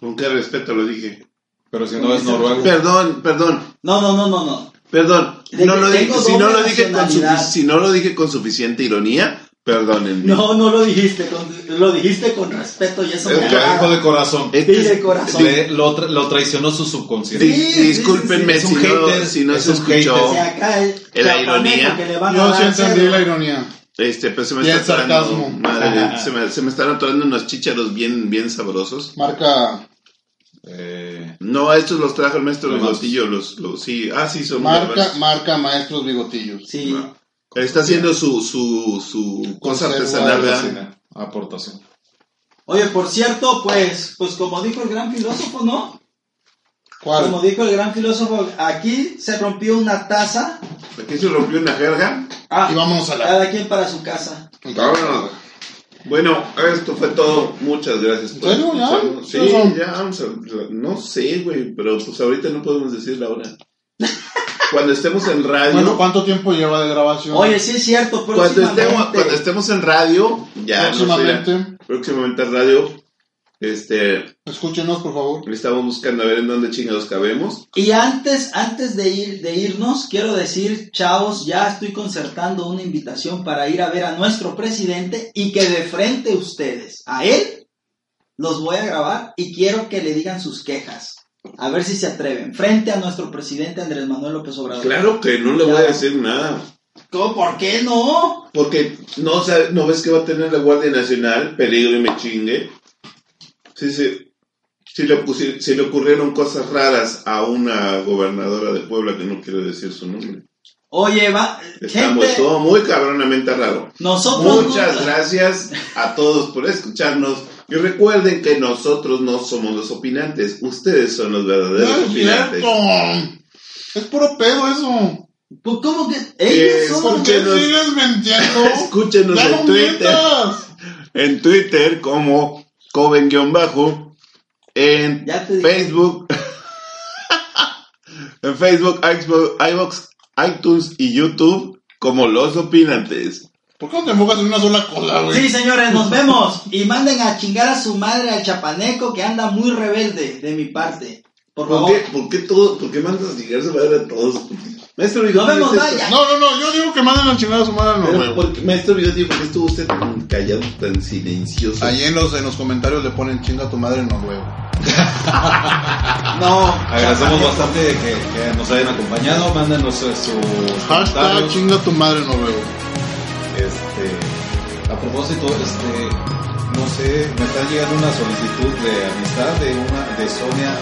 Speaker 1: Con qué respeto lo dije.
Speaker 5: Pero si no es noruego.
Speaker 1: Perdón, perdón,
Speaker 4: No, no, no, no, no.
Speaker 1: Perdón,
Speaker 4: De
Speaker 1: no
Speaker 4: que
Speaker 1: lo dije,
Speaker 4: tengo
Speaker 1: si, no
Speaker 4: doble
Speaker 1: lo dije con sufici-
Speaker 4: nacionalidad.
Speaker 1: si no lo dije con suficiente ironía, perdónenme.
Speaker 4: No, no lo dijiste, con, lo dijiste con respeto y eso
Speaker 1: Es
Speaker 4: me
Speaker 1: que-
Speaker 4: agrada.
Speaker 5: Dijo de corazón.
Speaker 1: Es que-
Speaker 4: Sí, de corazón.
Speaker 5: Le- lo, tra- lo traicionó su
Speaker 1: di-
Speaker 5: subconsciente.
Speaker 4: Sí, sí,
Speaker 1: discúlpenme
Speaker 5: sí, sí.
Speaker 1: si,
Speaker 5: Es un
Speaker 1: no,
Speaker 5: hater,
Speaker 1: si no
Speaker 5: es
Speaker 1: se
Speaker 5: un hater.
Speaker 1: escuchó.
Speaker 4: O sea, acá el
Speaker 1: En la
Speaker 4: chapaneco
Speaker 1: ironía.
Speaker 4: que le van a
Speaker 6: Yo
Speaker 4: dar
Speaker 6: sí entendí
Speaker 4: cero.
Speaker 6: la ironía.
Speaker 1: Este, pero se me
Speaker 6: Y
Speaker 1: está
Speaker 6: el sarcasmo.
Speaker 1: atorando, madre, se, me, se me están atorando unos chícharos bien, bien sabrosos.
Speaker 6: Marca,
Speaker 5: Eh,
Speaker 1: No, estos los trajo el maestro
Speaker 5: Los más.
Speaker 1: Bigotillo, los, los, sí, ah, sí, son muy
Speaker 6: marca,
Speaker 1: buenos. Ah,
Speaker 6: marca maestros bigotillos.
Speaker 4: Sí.
Speaker 1: Está haciendo su, su, su cosa
Speaker 6: Conserva
Speaker 1: artesanal, ¿verdad?
Speaker 5: aportación, Aportación.
Speaker 4: Oye, por cierto, pues, pues como dijo el gran filósofo, ¿no? Como
Speaker 6: ¿Cuál?
Speaker 4: dijo el gran filósofo, aquí se rompió una taza.
Speaker 1: Aquí se rompió una jerga.
Speaker 4: Ah,
Speaker 6: Y vamos a la...
Speaker 4: cada quien para su casa.
Speaker 1: Vámonos. Bueno, esto fue todo. Muchas gracias.
Speaker 6: ¿En serio? ¿Ya?
Speaker 1: escucharnos. Sí,
Speaker 6: ¿Ya son?
Speaker 1: ya vamos a- No sé, güey, pero pues ahorita no podemos decir la hora. Cuando estemos en radio.
Speaker 6: Bueno, ¿cuánto tiempo lleva de grabación?
Speaker 4: Oye, sí es cierto,
Speaker 1: cuando, estemos,
Speaker 4: próximamente.
Speaker 1: cuando estemos en radio, ya. no sé, ya.
Speaker 6: Próximamente,
Speaker 1: próximamente en radio. Este,
Speaker 6: escúchenos por favor.
Speaker 1: estamos buscando a ver en dónde chingados cabemos.
Speaker 4: Y antes, antes de, ir, de irnos, quiero decir, chavos, ya estoy concertando una invitación para ir a ver a nuestro presidente y que de frente ustedes, a él, los voy a grabar y quiero que le digan sus quejas. A ver si se atreven. Frente a nuestro presidente Andrés Manuel López Obrador.
Speaker 1: Claro que no le voy a decir nada.
Speaker 4: ¿Cómo? ¿Por qué no?
Speaker 1: Porque no, sabe- no ves que va a tener la Guardia Nacional, peligro y me chingue. Sí, sí. Si le, pusi- si le ocurrieron cosas raras a una gobernadora de Puebla que no quiero decir su nombre.
Speaker 4: Oye, va.
Speaker 1: Estamos
Speaker 4: Gente,
Speaker 1: todo muy cabronamente raro.
Speaker 4: nosotros.
Speaker 1: Muchas
Speaker 4: no-
Speaker 1: gracias a todos por escucharnos. Y recuerden que nosotros no somos los opinantes, ustedes son los
Speaker 6: No
Speaker 1: verdaderos
Speaker 6: es
Speaker 1: opinantes.
Speaker 6: cierto. Es puro pedo eso.
Speaker 4: Pues, ¿Cómo que? Ellos son
Speaker 6: ¿Por
Speaker 1: Eh, ¿Por
Speaker 6: qué
Speaker 1: qué nos-
Speaker 6: sigues mintiendo?
Speaker 1: Escúchenos
Speaker 6: ya no
Speaker 1: en Twitter.
Speaker 6: mientas.
Speaker 1: en Twitter como Coven-Bajo, en
Speaker 4: Ya te dije.
Speaker 1: Facebook, en Facebook, Xbox, iVox, iTunes y YouTube como Los Opinantes.
Speaker 6: ¿Por qué no te enfocas en una sola cosa, güey?
Speaker 4: Sí, señores, nos vemos. Y manden a chingar a su madre al chapaneco que anda muy rebelde de mi parte. Por
Speaker 1: ¿Por
Speaker 4: favor.
Speaker 1: qué, por qué todo, por qué mandas a chingar su madre a todos? Maestro Bigote,
Speaker 4: No me
Speaker 1: ¿usted-
Speaker 4: vaya.
Speaker 6: No, no, no, yo digo que manden a chingar a su madre al
Speaker 1: Pero,
Speaker 6: Noruego.
Speaker 1: ¿por qué- maestro Bigote, ¿por qué estuvo usted tan callado, tan silencioso?
Speaker 6: Ahí en los, en los comentarios le ponen chinga a tu madre en Noruego.
Speaker 4: No.
Speaker 5: Agradecemos
Speaker 4: chapaneco.
Speaker 5: bastante de que, que nos hayan acompañado. Mándenos eh, sus
Speaker 6: Hashtag
Speaker 5: comentarios.
Speaker 6: chinga a tu madre en Noruego.
Speaker 5: Este, a propósito, este, no sé, me está llegando una solicitud de amistad de una de Sonia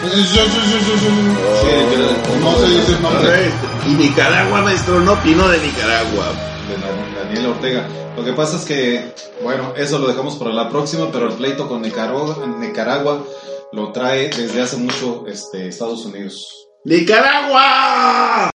Speaker 5: Mayra.
Speaker 6: Sí, sí, sí, sí, sí.
Speaker 1: Oh.
Speaker 5: Sí, yo-
Speaker 6: No se dice el nombre.
Speaker 1: Y Nicaragua, maestro, no opino de Nicaragua.
Speaker 5: de Dan- Daniel Ortega. Lo que pasa es que, bueno, eso lo dejamos para la próxima, pero el pleito con Nicaragua, Nicaragua lo trae desde hace mucho este, Estados Unidos.
Speaker 1: ¡Nicaragua!